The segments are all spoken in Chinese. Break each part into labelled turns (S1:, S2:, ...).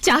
S1: 家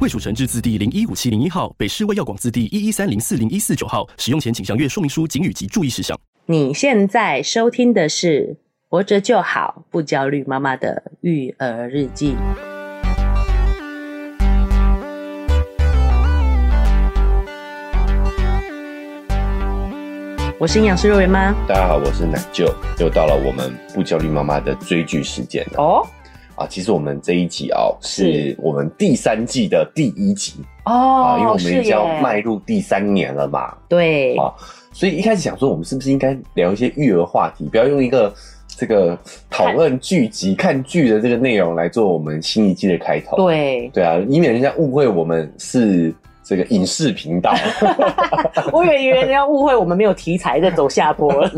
S2: 卫蜀成字字第零一五七零一号，北市卫药广字第一一三零四零一四九号。使用前请详阅说明书、警语及注意事项。
S3: 你现在收听的是《活着就好，不焦虑妈妈的育儿日记》。我是营养师瑞文妈。
S4: 大家好，我是奶舅，又到了我们不焦虑妈妈的追剧时间了
S3: 哦
S4: 啊！其实我们这一集哦，是我们第三季的第一集、啊，因为我
S3: 哦，
S4: 们
S3: 是
S4: 已经要迈
S3: 耶，
S4: 入第三年了嘛，
S3: 对，
S4: 啊所以一开始想说，我们是不是应该聊一些育儿话题，不要用一个这个讨论剧集、看剧的这个内容来做我们新一季的开头？
S3: 对，
S4: 对啊，以免人家误会我们是这个影视 频道。
S3: 我以为人家误会我们没有题材在走下 坡了。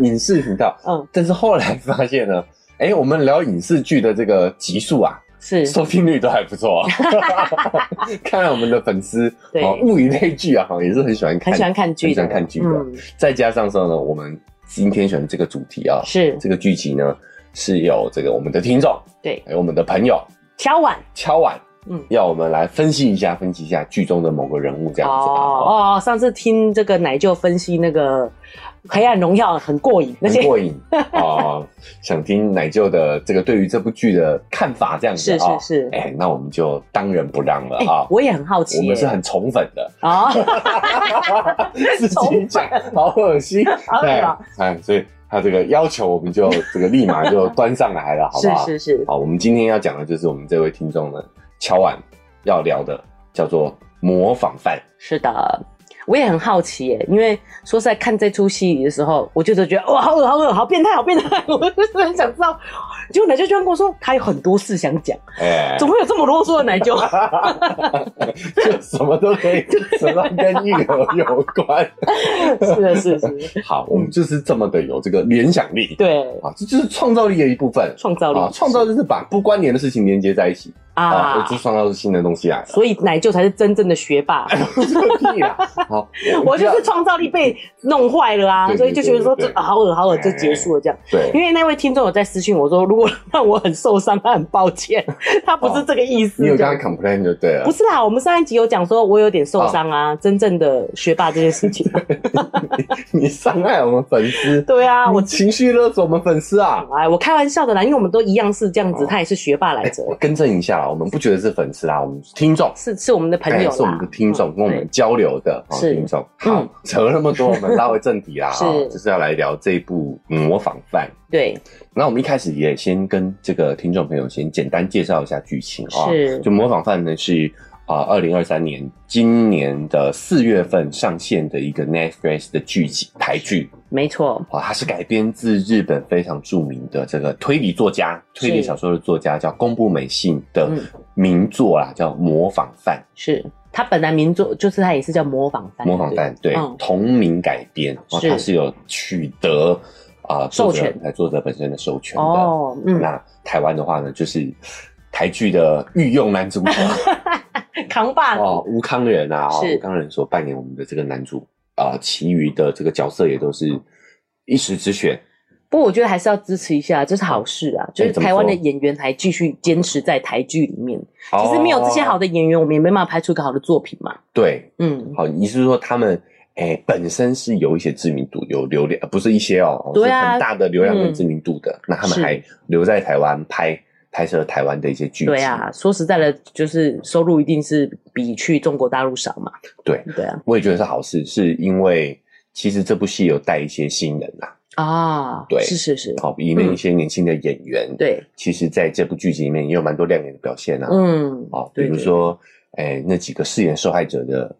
S4: 影视频道，
S3: 嗯
S4: 嗯，但是后来发现呢，哎、我们聊影视剧的这个集数啊，
S3: 是，
S4: 收听率都还不错、 啊，看来我们的粉丝，
S3: 对
S4: 哦物以类聚啊，哈，也是很喜欢看，
S3: 很喜欢看剧
S4: 很喜
S3: 的，
S4: 欢看剧的。
S3: 嗯，
S4: 再加上说呢，我们今天选的这个主题啊，
S3: 是
S4: 这个剧集呢是有这个我们的听众，
S3: 对，
S4: 还有我们的朋友
S3: 敲碗
S4: 敲碗，
S3: 嗯
S4: 嗯，要我们来分析一下，分析一下剧中的某个人物这样子啊。哦
S3: 哦哦，上次听这个奶舅分析那个《黑暗荣耀》很过瘾，那
S4: 很
S3: 些
S4: 过瘾哦，想听奶舅的这个对于这部剧的看法，这样子
S3: 是
S4: 啊、
S3: 是是，
S4: 哎、那我们就当仁不让了
S3: 哎
S4: 啊、
S3: 我也很好奇耶，
S4: 我们是很宠粉的，
S3: 啊，
S4: 自己讲
S3: 宠粉，
S4: 好恶心，
S3: 好恶
S4: 对
S3: 啊，
S4: 哎，所以他这个要求，我们就这个立马就端上来了， 好不
S3: 是
S4: 好？
S3: 是是，
S4: 好，我们今天要讲的就是我们这位听众呢，敲碗要聊的叫做模仿犯，
S3: 是的。我也很好奇耶，因为说实在看这出戏的时候，我就是觉得哇，好恶好恶，好变态，好变态， 我就是很想知道。结果奶舅居然跟我说，他有很多事想讲，
S4: 哎、
S3: 怎么会有这么啰嗦的奶 舅？
S4: 就什么都可以，什么跟育儿有关。
S3: 是的，是的是的，
S4: 好，我们就是这么的有这个联想力，
S3: 对，
S4: 啊，这就是创造力的一部分。
S3: 创造
S4: 啊
S3: 力，，
S4: 创造就是把不关联的事情连接在一起啊，
S3: 啊
S4: 就，创造出新的东西来了。
S3: 所以奶舅才是真正的学霸。
S4: 个屁啦！好，
S3: 我就是创造力被弄坏了啊，
S4: 对对
S3: 所以就觉得说
S4: 对
S3: 这
S4: 对对
S3: 啊好恶好恶，就结束了这样。
S4: 对
S3: 因，为那位听众有在私信我说，如果 让我很受伤，他很抱歉， 他不是这个意思。
S4: 哦你有
S3: 这
S4: 刚
S3: 样
S4: 刚 complain 就对了
S3: 不。是啦，我们上一集有讲说我有点受伤
S4: 哦
S3: 啊，真正的学霸这件事 情。
S4: 你伤害我们粉丝，
S3: 对啊，我
S4: 你情绪勒索我们粉丝啊！
S3: 哎，我开玩笑的啦，因为我们都一样是这样子，
S4: 哦
S3: 他也是学霸来 着
S4: 我，更正一下啦，我们不觉得是粉丝啦，我们是听众。
S3: 是是我们的朋友
S4: 哎
S3: 啦，
S4: 是我们的听众，
S3: 嗯
S4: 跟我们交流的哦
S3: 是
S4: 听众。
S3: 嗯
S4: 好，扯了那么多，我们拉回正题啦，
S3: 是
S4: 哦就是要来聊这部嗯《模仿犯》。
S3: 嗯对
S4: 那我们一开始也先跟这个听众朋友先简单介绍一下剧情啊、
S3: 是
S4: 就《模仿犯呢》是啊，二零二三年今年的四月份上线的一个 Netflix 的剧集台剧
S3: 没错，
S4: 啊，它是改编自日本非常著名的这个推理作家、
S3: 是
S4: 推理小说的作家叫宫部美幸的
S3: 嗯
S4: 名作啦，叫《模仿犯
S3: 是他本来名作就是他也是叫模仿》，犯，
S4: 模仿犯对、
S3: 嗯
S4: 同名改编啊，
S3: 是
S4: 它是有取得啊、
S3: 授
S4: 作者
S3: 权
S4: 哎作者本身的授权的。
S3: 哦，嗯，
S4: 那台湾的话呢，就是台剧的御用男主角
S3: 扛把子，
S4: 哦，吴康仁啊，哦
S3: 是
S4: 吴康仁所扮演我们的这个男主啊、其余的这个角色也都是一时之选。
S3: 不过我觉得还是要支持一下，这是好事啊！就是
S4: 哎怎么
S3: 台湾的
S4: 说哦
S3: 演员还继续坚持在台剧里面。其实没有这些好的
S4: 的，
S3: 演员，我们也没办法拍出一个好的作品嘛。
S4: 对，
S3: 嗯，
S4: 好，你是说他们哎、本身是有一些知名度，有流量，呃不是一些哦，哦
S3: 对啊
S4: 是很大的流量
S3: 嗯
S4: 跟知名度的，那他们
S3: 是
S4: 还留在台湾拍拍摄台湾的一些剧集，
S3: 对啊，说实在的，就是收入一定是比去中国大陆少嘛。
S4: 对
S3: 对啊，
S4: 我也觉得是好事，是因为其实这部戏有带一些新人呐、
S3: 啊，
S4: 对
S3: 是是是，
S4: 好，以那一些年轻的演员，对
S3: 嗯对，
S4: 其实在这部剧集里面也有蛮多亮眼的表现啊。
S3: 嗯，
S4: 哦，比
S3: 对
S4: 如
S3: 对
S4: 说，哎，那几个饰演受害者的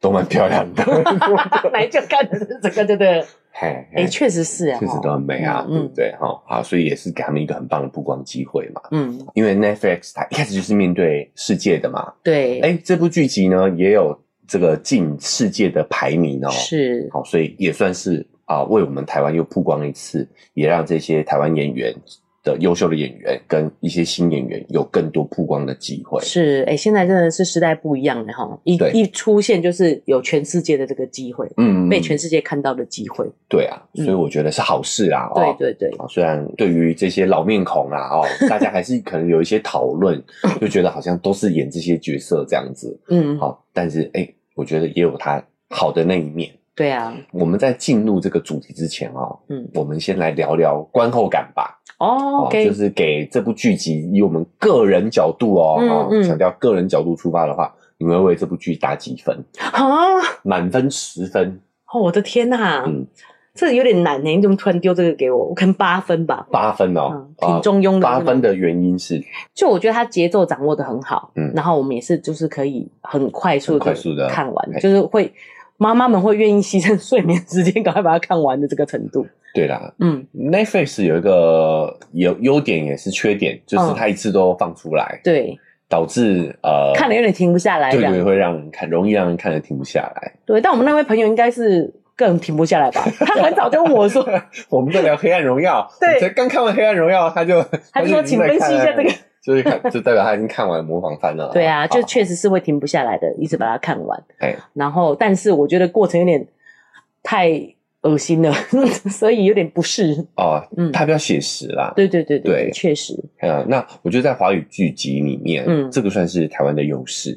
S4: 都蛮漂亮 的，
S3: 来就干的是这个，对对，
S4: 嘿，
S3: 哎，
S4: 嘿
S3: 确实是啊，
S4: 确实都很美啊，
S3: 嗯
S4: 对不对？哈，好，所以也是给他们一个很棒的曝光机会嘛。
S3: 嗯，
S4: 因为 Netflix 它一开始就是面对世界的嘛，哎
S3: 对，
S4: 哎，这部剧集呢也有这个进世界的排名哦。
S3: 是
S4: 好，所以也算是啊，为我们台湾又曝光一次，也让这些台湾演员的优秀的演员跟一些新演员有更多曝光的机会。
S3: 是，哎，现在真的是时代不一样了哈，一
S4: 对
S3: 一出现就是有全世界的这个机会，
S4: 嗯，
S3: 被全世界看到的机会。
S4: 对啊，
S3: 嗯
S4: 所以我觉得是好事啊。哦
S3: 对对对，
S4: 啊，虽然对于这些老面孔啊，哦，大家还是可能有一些讨 论，就觉得好像都是演这些角色这样子，
S3: 嗯，
S4: 好、但是哎、我觉得也有它好的那一面。
S3: 对啊，
S4: 我们在进入这个主题之前哦，
S3: 嗯
S4: 我们先来聊聊观后感吧。
S3: 哦
S4: 哦，
S3: ，OK，
S4: 就是给这部剧集以我们个人角度哦，
S3: 嗯
S4: 哦
S3: 嗯
S4: 强调个人角度出发的话，你们会为这部剧打几分？
S3: 啊，
S4: 满分十分，
S3: 哦我的天呐，
S4: 嗯
S3: 这有点难呢，你怎么突然丢这个给我？我可能八分吧，
S4: 八分哦
S3: 嗯，，
S4: 啊
S3: 挺中庸的。
S4: 八分
S3: 的，
S4: 的原因是
S3: 就我觉得他节奏掌握的很好，
S4: 嗯
S3: 然后我们也是就是可以很快速
S4: 很
S3: 的
S4: 快速地哎
S3: 看完，
S4: 嘿
S3: 就是会妈妈们会愿意牺牲睡眠时间，赶快把它看完的这个程度。
S4: 对啦。
S3: 嗯，
S4: Netflix 有一个有优点也是缺点，就是
S3: 嗯
S4: 它一次都放出来，
S3: 对，
S4: 导致呃
S3: 看了有点停不下来这
S4: 对
S3: 样。
S4: 对会让人看容易让人看得停不下来。
S3: 对，但我们那位朋友应该是更停不下来吧？他很早就问我 说，
S4: 我们在聊《黑暗荣耀》，
S3: 对
S4: 我才刚看完《黑暗荣耀》，他就
S3: 他就说
S4: 已
S3: 请
S4: 经在
S3: 分析一下这
S4: 看
S3: 个，。
S4: 就是看就代表他已经看完《模仿犯》了
S3: 对啊，
S4: 好
S3: 就确实是会停不下来的，一直把它看完。
S4: 哎
S3: 然后，但是我觉得过程有点太恶心了， 所以有点不适。
S4: 哦
S3: 嗯，
S4: 他比较写实啦。
S3: 对对对
S4: 对
S3: 确实，
S4: 嗯，那我觉得在华语剧集里面，
S3: 嗯
S4: 这个算是台湾的优势，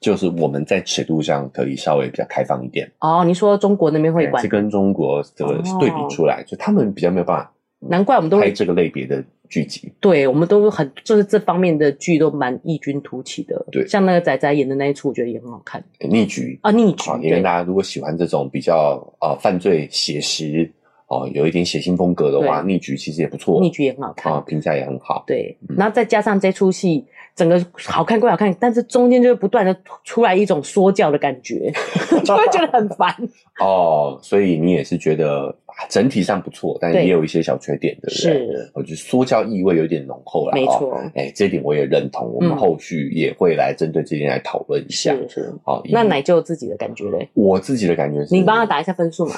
S4: 就是我们在尺度上可以稍微比较开放一点。
S3: 哦，你说中国那边会
S4: 哎
S3: 管
S4: 这，跟中国的
S3: 哦
S4: 对比出来，就他们比较没有办法
S3: 难怪我们都
S4: 拍这个类别的剧集。
S3: 对，我们都很就是这方面的剧都蛮异军突起的。
S4: 对
S3: 像那个仔仔演的那一出，我觉得也很好看
S4: 哎逆局
S3: 啊，《逆局
S4: 啊，》也
S3: 对
S4: 跟大家如果喜欢这种比较呃犯罪写实哦，有一点血腥风格的话，
S3: 对
S4: 逆局其实也不错。
S3: 逆局》也很好看。
S4: 啊，评价也很好。
S3: 对，
S4: 嗯
S3: 然后再加上这出戏，整个好看归好看，但是中间就会不断的出来一种说教的感觉， 就会觉得很 烦。
S4: 哦，所以你也是觉得啊整体上不错，但
S3: 对
S4: 也有一些小缺点，对不对？
S3: 是，
S4: 我觉得说教意味有点浓厚了。
S3: 没
S4: 哦。
S3: 错，
S4: 哎，这点我也认同，我们
S3: 嗯
S4: 后续也会来针对这点来讨论一下。
S3: 是嗯是。
S4: 好，以
S3: 那奶舅自己的感觉嘞？
S4: 我自己的感觉是，
S3: 你帮他打一下分 数嘛，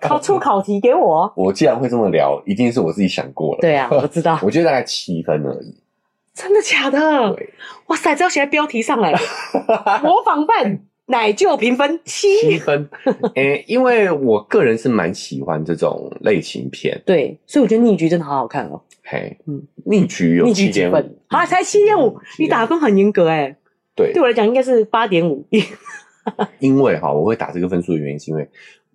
S3: 考出考题给我。
S4: 我既然会这么聊，一定是我自己想过了。，
S3: 对 啊，我知道
S4: 我觉得大概七分而已。
S3: 真的假的？
S4: 对，
S3: 哇塞，这要写在标题上 来，模仿犯奶舅评分
S4: 七
S3: 七。
S4: 分。哎，因为我个人是蛮喜欢这种类型片。
S3: 对，所以我觉得逆局真的好好看哦。
S4: 嘿，
S3: 嗯
S4: 嗯，逆局有
S3: 逆
S4: 七
S3: 局几
S4: 点
S3: 分
S4: 五？，嗯
S3: 啊，才七点五，你打分很严格哎。
S4: 对
S3: 对，我来讲应该是八点五。
S4: 因为哈，我会打这个分数的原因是因为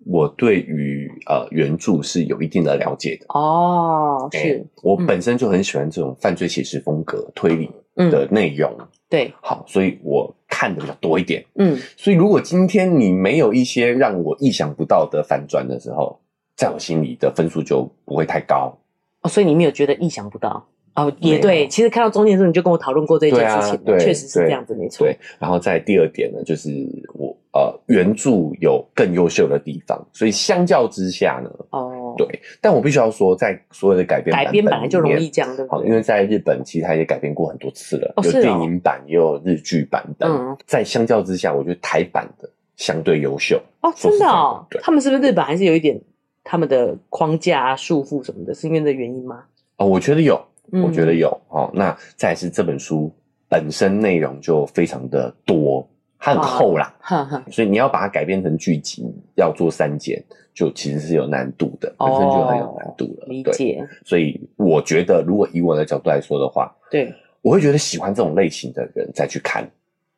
S4: 我对于呃原著是有一定的了解的。
S3: 哦，
S4: 哎
S3: 是，
S4: 我
S3: 嗯
S4: 本身就很喜欢这种犯罪写实风格、推理
S3: 嗯，
S4: 的内容，
S3: 对，
S4: 好，所以我看的比较多一点。
S3: 嗯，
S4: 所以如果今天你没有一些让我意想不到的反转的时候，在我心里的分数就不会太高。
S3: 哦，所以你没有觉得意想不到哦，也
S4: 没
S3: 对。
S4: 有
S3: 其实看到中间的时候，你就跟我讨论过这件
S4: 对啊
S3: 事情了，
S4: 对
S3: 确实是
S4: 对
S3: 这样子，没错。
S4: 对，然后在第二点呢，就是我呃原著有更优秀的地方，所以相较之下呢，
S3: 哦，
S4: 对，但我必须要说，在所有的改编版
S3: 改编本来就
S4: 里
S3: 容
S4: 面
S3: 易这样，对不
S4: 好，
S3: 对？
S4: 因为在日本其实它也改编过很多次了，
S3: 哦
S4: 有
S3: 是哦
S4: 电影版也有日剧版等。
S3: 嗯
S4: 在相较之下，我觉得台版的相对优秀。
S3: 哦，
S4: 说
S3: 真
S4: 实
S3: 的
S4: 在
S3: 哦
S4: 对，
S3: 他们是不是日本还是有一点他们的框架啊、束缚什么的，是因为这原因吗？
S4: 哦，我觉得有，
S3: 嗯
S4: 我觉得有。哦，那再来是这本书本身内容就非常的多，它很厚啦，
S3: 哈哈，
S4: 所以你要把它改编成剧集，要做三剪，就其实是有难度的，本身就很有难度
S3: 哦
S4: 了。
S3: 理
S4: 对，
S3: 解，
S4: 所以我觉得，如果以我的角度来说的话，
S3: 对
S4: 我会觉得喜欢这种类型的人再去看，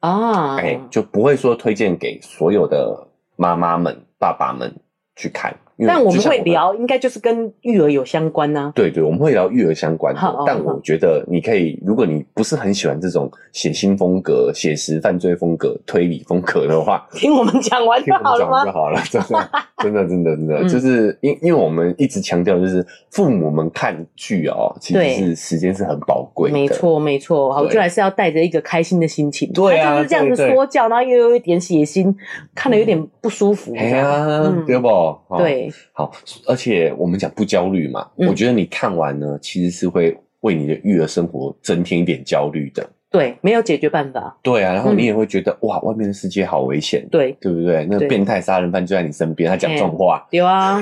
S3: 啊，
S4: 哎、就不会说推荐给所有的妈妈们、爸爸们去看。因为
S3: 但我们会。
S4: 就像
S3: 聊，应该就是跟育儿有相关啊呐。
S4: 对对，我们会聊育儿相关的
S3: 好哦，
S4: 但我觉得你可以，如果你不是很喜欢这种血腥风格、写实犯罪风格、推理风格的话，
S3: 听我们讲完就
S4: 听我
S3: 好了
S4: 们讲
S3: 吗？
S4: 就好了。真 的，真的，真的，真的，
S3: 嗯
S4: 就是因因为我们一直强调，就是父母们看剧哦，其实
S3: 对
S4: 是时间是很宝贵的，
S3: 没错，没错，好，
S4: 对
S3: 就还是要带着一个开心的心情。
S4: 对啊
S3: 他就是这样子
S4: 对对
S3: 说教，然后又有一点血腥，看了有点不舒服。
S4: 哎
S3: 这样
S4: 呀
S3: 嗯，
S4: 对不？哦
S3: 对，
S4: 好，而且我们讲不焦虑嘛，
S3: 嗯
S4: 我觉得你看完呢，其实是会为你的育儿生活增添一点焦虑的。
S3: 对，没有解决办法，
S4: 对啊，然
S3: 嗯
S4: 后你也会觉得、哇，外面的世界好危险，
S3: 对，
S4: 对不对？那
S3: 对
S4: 变态杀人犯就在你身边，他讲这种话，
S3: 有啊，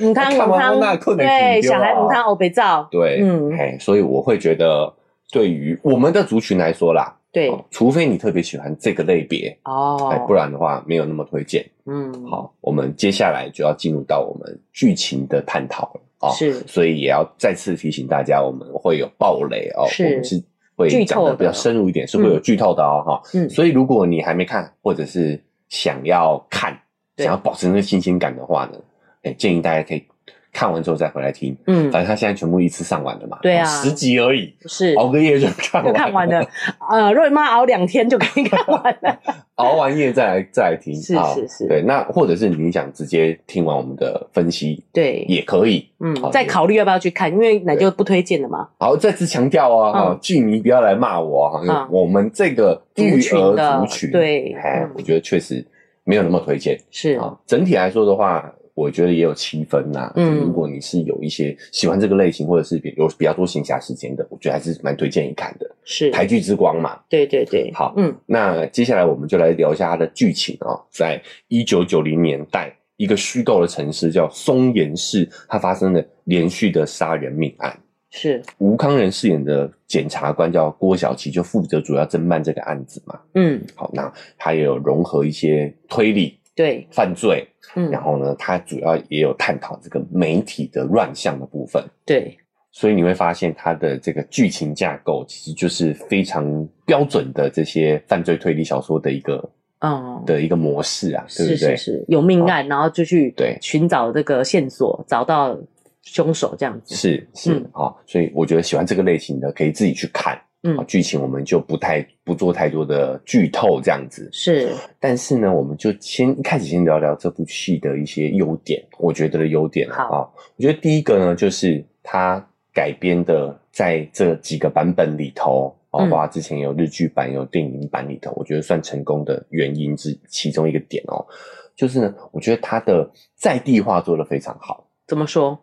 S3: 母汤
S4: 看
S3: 母
S4: 完那
S3: 汤，
S4: 困难
S3: 对，小孩母汤
S4: 他，
S3: 欧北照，
S4: 对，
S3: 嗯
S4: 嗯，哎，所以我会觉得，对于我们的族群来说啦，
S3: 对，
S4: 哦除非你特别喜欢这个类别，哎，
S3: 哦
S4: 不，然的话没有那么推荐。
S3: 嗯，
S4: 好，我们接下来就要进入到我们剧情的探讨了哦，
S3: 是
S4: 所以也要再次提醒大家，我们会有暴雷哦，
S3: 是
S4: 我们是会
S3: 剧
S4: 讲
S3: 透
S4: 的
S3: 的
S4: 比较深入一点，是会有剧透的哦，哈、
S3: 嗯
S4: 所以如果你还没看，或者是想要看，
S3: 对
S4: 想要保持那个新鲜感的话呢，哎，建议大家可以看完之后再回来听。
S3: 嗯
S4: 反，正他现在全部一次上完了嘛，
S3: 对啊
S4: 哦十集而已，
S3: 是。
S4: 熬个夜就看
S3: 就
S4: 完，
S3: 看完了，呃，瑞妈熬两天就可以看完了。
S4: 熬完夜再来再来听，
S3: 是
S4: 好
S3: 是是
S4: 对。那或者是你想直接听完我们的分析
S3: 对，
S4: 也可以，
S3: 嗯
S4: 好，
S3: 再考虑要不要去看，因为奶就不推荐的嘛。
S4: 好，再次强调哦，哈、
S3: 嗯
S4: 剧迷不要来骂我哈、
S3: 嗯
S4: 我们这个育
S3: 族群
S4: 儿
S3: 的
S4: 族群，
S3: 对
S4: 哎
S3: 嗯，
S4: 我觉得确实没有那么推荐
S3: 是
S4: 啊、整体来说的话，我觉得也有七分呐、
S3: 嗯
S4: 就如果你是有一些喜欢这个类型，或者是比有比较多闲暇时间的，我觉得还是蛮推荐你看的。
S3: 是，
S4: 台剧之光嘛，
S3: 对对对，
S4: 好
S3: 嗯，
S4: 那接下来我们就来聊一下它的剧情哦，在一九九零年代，一个虚构的城市叫松岩市，它发生了连续的杀人命案。
S3: 是，
S4: 吴康仁饰演的检察官叫郭晓琪，就负责主要侦办这个案子嘛。
S3: 嗯，
S4: 好，那他也有融合一些推理
S3: 对，
S4: 犯罪，
S3: 嗯，
S4: 然后呢，他主要也有探讨这个媒体的乱象的部分。
S3: 对，
S4: 所以你会发现，它的这个剧情架构其实就是非常标准的这些犯罪推理小说的一个
S3: 嗯，
S4: 的一个模式啊，对
S3: 是
S4: 不
S3: 是
S4: 对？
S3: 是，有命案，然后就去
S4: 对
S3: 寻找这个线索，找到凶手这样子。
S4: 是是
S3: 嗯
S4: 好、所以我觉得喜欢这个类型的可以自己去看。啊
S3: 嗯
S4: 好剧情我们就不太不做太多的剧透这样子。
S3: 是，
S4: 但是呢，我们就先一开始先聊聊这部戏的一些优点，我觉得的优点啊、
S3: 好
S4: 哦我觉得第一个呢，就是它改编的在这几个版本里头，哦，包
S3: 嗯
S4: 括之前有日剧版、有电影版里头，我觉得算成功的原因之其中一个点哦，就是呢，我觉得它的在地化做的非常好。
S3: 怎么说？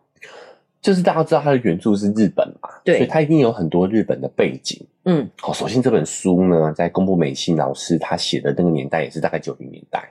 S4: 就是大家知道它的原著是日本嘛，
S3: 对
S4: 所以它一定有很多日本的背景。
S3: 嗯，
S4: 好，首先这本书呢，在宫部美幸老师他写的那个年代也是大概九零年代，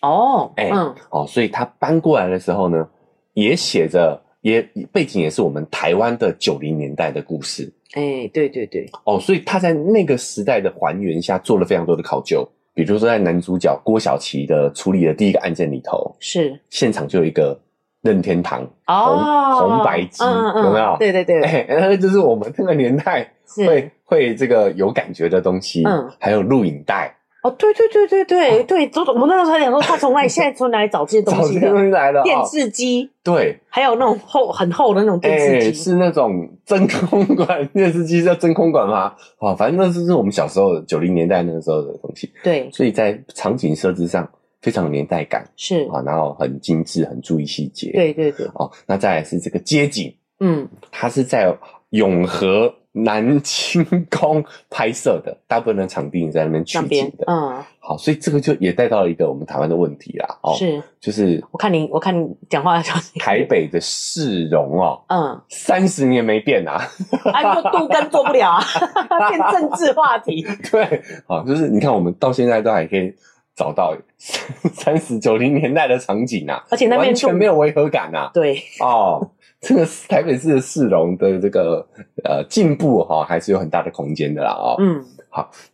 S3: 哦，
S4: 哎
S3: 嗯，
S4: 哦，所以他搬过来的时候呢，也写着也背景也是我们台湾的九零年代的故事
S3: 哎，对对对，
S4: 哦，所以他在那个时代的还原下做了非常多的考究，比如说在男主角郭晓琪的处理的第一个案件里头，
S3: 是，
S4: 现场就有一个任天堂
S3: 哦，
S4: 红红白机，
S3: 嗯嗯
S4: 有没有？
S3: 对对对，
S4: 哎，那个 就是我们那个年代
S3: 是
S4: 会，会这个有感觉的东西，
S3: 嗯
S4: 还有录影带。
S3: 哦，对对对对对
S4: 哦
S3: 对，都我们那时候还想说，他从 哪里现在从哪里找这些东
S4: 早
S3: 西
S4: 些
S3: 的？
S4: 东西来了，
S3: 电
S4: 哦、
S3: 视机，
S4: 对，
S3: 还有那种厚很厚的那种电
S4: 哎、
S3: 视机，
S4: 是那种真空管电视机叫真空管吗？ 好、反正那是我们小时候九零年代那个时候的东西，
S3: 对，
S4: 所以在场景设置上非常有年代感
S3: 是，
S4: 啊，然后很精致，很注意细节。，
S3: 对对对，
S4: 哦，那再来是这个街景，
S3: 嗯，
S4: 它是在永和南清宫拍摄的，大部分的场地你在那边取
S3: 那边
S4: 景，的。
S3: 嗯，
S4: 好，所以这个就也带到了一个我们台湾的问题啦，哦，
S3: 是
S4: 就是
S3: 我看你，我看你讲话要小心。
S4: 台北的市容哦，
S3: 嗯，
S4: 三十年没变啊，
S3: 啊，就杜根做不了啊，变政治话题。
S4: 对，好，就是你看我们到现在都还可以找到 三十九零年代的场景啊，
S3: 而且那边
S4: 完
S3: 就
S4: 全没有违和感啊，
S3: 对，
S4: 哦，这个台北市的市容的这个呃进步哈、还是有很大的空间的啦哦，
S3: 嗯，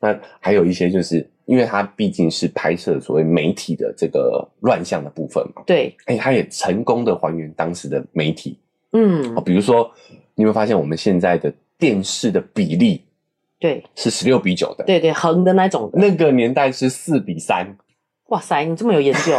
S4: 那还有一些就是因为它毕竟是拍摄所谓媒体的这个乱象的部分嘛，
S3: 对，
S4: 哎，它也成功的还原当时的媒体哦，
S3: 嗯，
S4: 比如说你有没有发现我们现在的电视的比例
S3: 对，
S4: 是十六比九的，
S3: 对对，横的那种的。
S4: 那个年代是四比三，
S3: 哇塞，你这么有研究，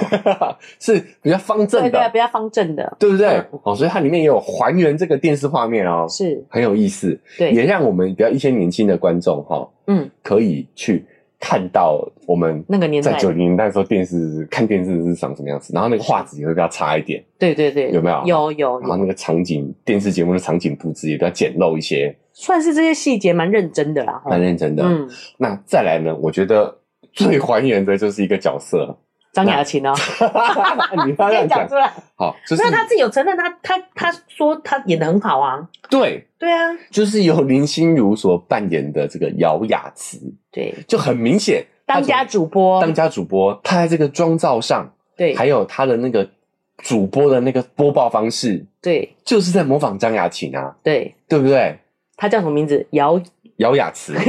S4: 是比较方正
S3: 对对，
S4: 的，
S3: 不要方正的，
S4: 对不对
S3: 嗯？
S4: 哦，所以它里面也有还原这个电视画面哦，
S3: 是，
S4: 很有意思，也
S3: 对，
S4: 让我们比较一些年轻的观众哈、哦，
S3: 嗯，
S4: 可以去看到我们
S3: 那个年
S4: 在
S3: 代，
S4: 九零年代的时候电视看电视是长什么样子，然后那个画质也会比较差一点，
S3: 对对对，
S4: 有没有啊
S3: 有有
S4: 然后
S3: 有，
S4: 那个场景电视节目的场景布置也比较简陋一些，
S3: 算是这些细节蛮认真的啦。吼
S4: 蛮认真的。
S3: 嗯，
S4: 那再来呢，我觉得最还原的就是一个角色
S3: 张雅琴啊，
S4: 你 不要这
S3: 先
S4: 样
S3: 讲
S4: 讲
S3: 出，来，
S4: 好，就
S3: 没
S4: 是
S3: 有他自己有承认，他他他说他演的很好啊，
S4: 对，
S3: 对啊，
S4: 就是由林心如所扮演的这个姚雅慈，
S3: 对，
S4: 就很明显，她
S3: 当
S4: 从
S3: 家主播，
S4: 当家主播，她在这个妆造上，
S3: 对
S4: 还有她的那个主播的那个播报方式，
S3: 对
S4: 就是在模仿张雅琴啊，
S3: 对，
S4: 对不对？
S3: 他叫什么名字？姚，
S4: 姚雅慈，
S3: 是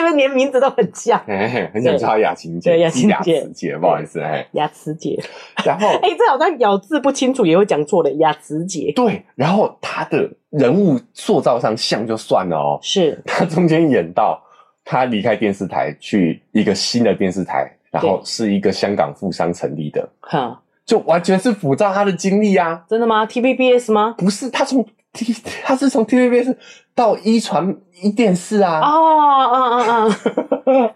S3: 不是连名字都很像？
S4: 嘿嘿很想叫她雅琴姐，
S3: 对雅琴姐
S4: 雅慈姐，不好意思，哎，
S3: 雅慈姐，
S4: 然后
S3: 哎、这好像咬字不清楚也会讲错的，雅慈姐
S4: 对，然后她的人物塑造上像就算了哦，
S3: 是
S4: 他中间演到他离开电视台去一个新的电视台，然后是一个香港富商成立的，
S3: 哈，
S4: 就完全是辅照他的经历啊，
S3: 真的吗？TVBS 吗？
S4: 不是他从 T 他是从 TVBS 到一传一电视
S3: 哦，嗯
S4: 啊，
S3: 嗯 嗯，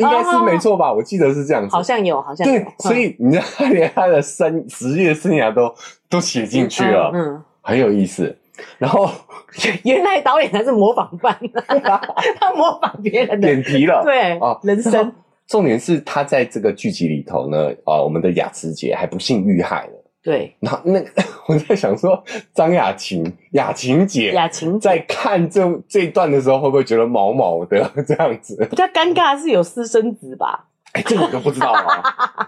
S4: 应该是没错吧？我记得是这样子
S3: 哦好。像有，好像有嗯
S4: 对，所以你知道他连他的生职业生涯都都写进去啊了，
S3: 嗯嗯
S4: 很有意思。然后
S3: 原来导演还是模仿犯、啊 他模仿别人的，
S4: 点题了，
S3: 对，
S4: 哦
S3: 人
S4: 然后
S3: 生，
S4: 重点是他在这个剧集里头呢，啊、我们的雅慈姐还不幸遇害了。
S3: 对，
S4: 然后那个我在想说，张雅琴、雅琴姐
S3: 雅琴
S4: 在看这这一段的时候，会不会觉得毛毛的这样子？
S3: 比较尴尬的是有私生子吧？
S4: 哎，这个我就不知道了。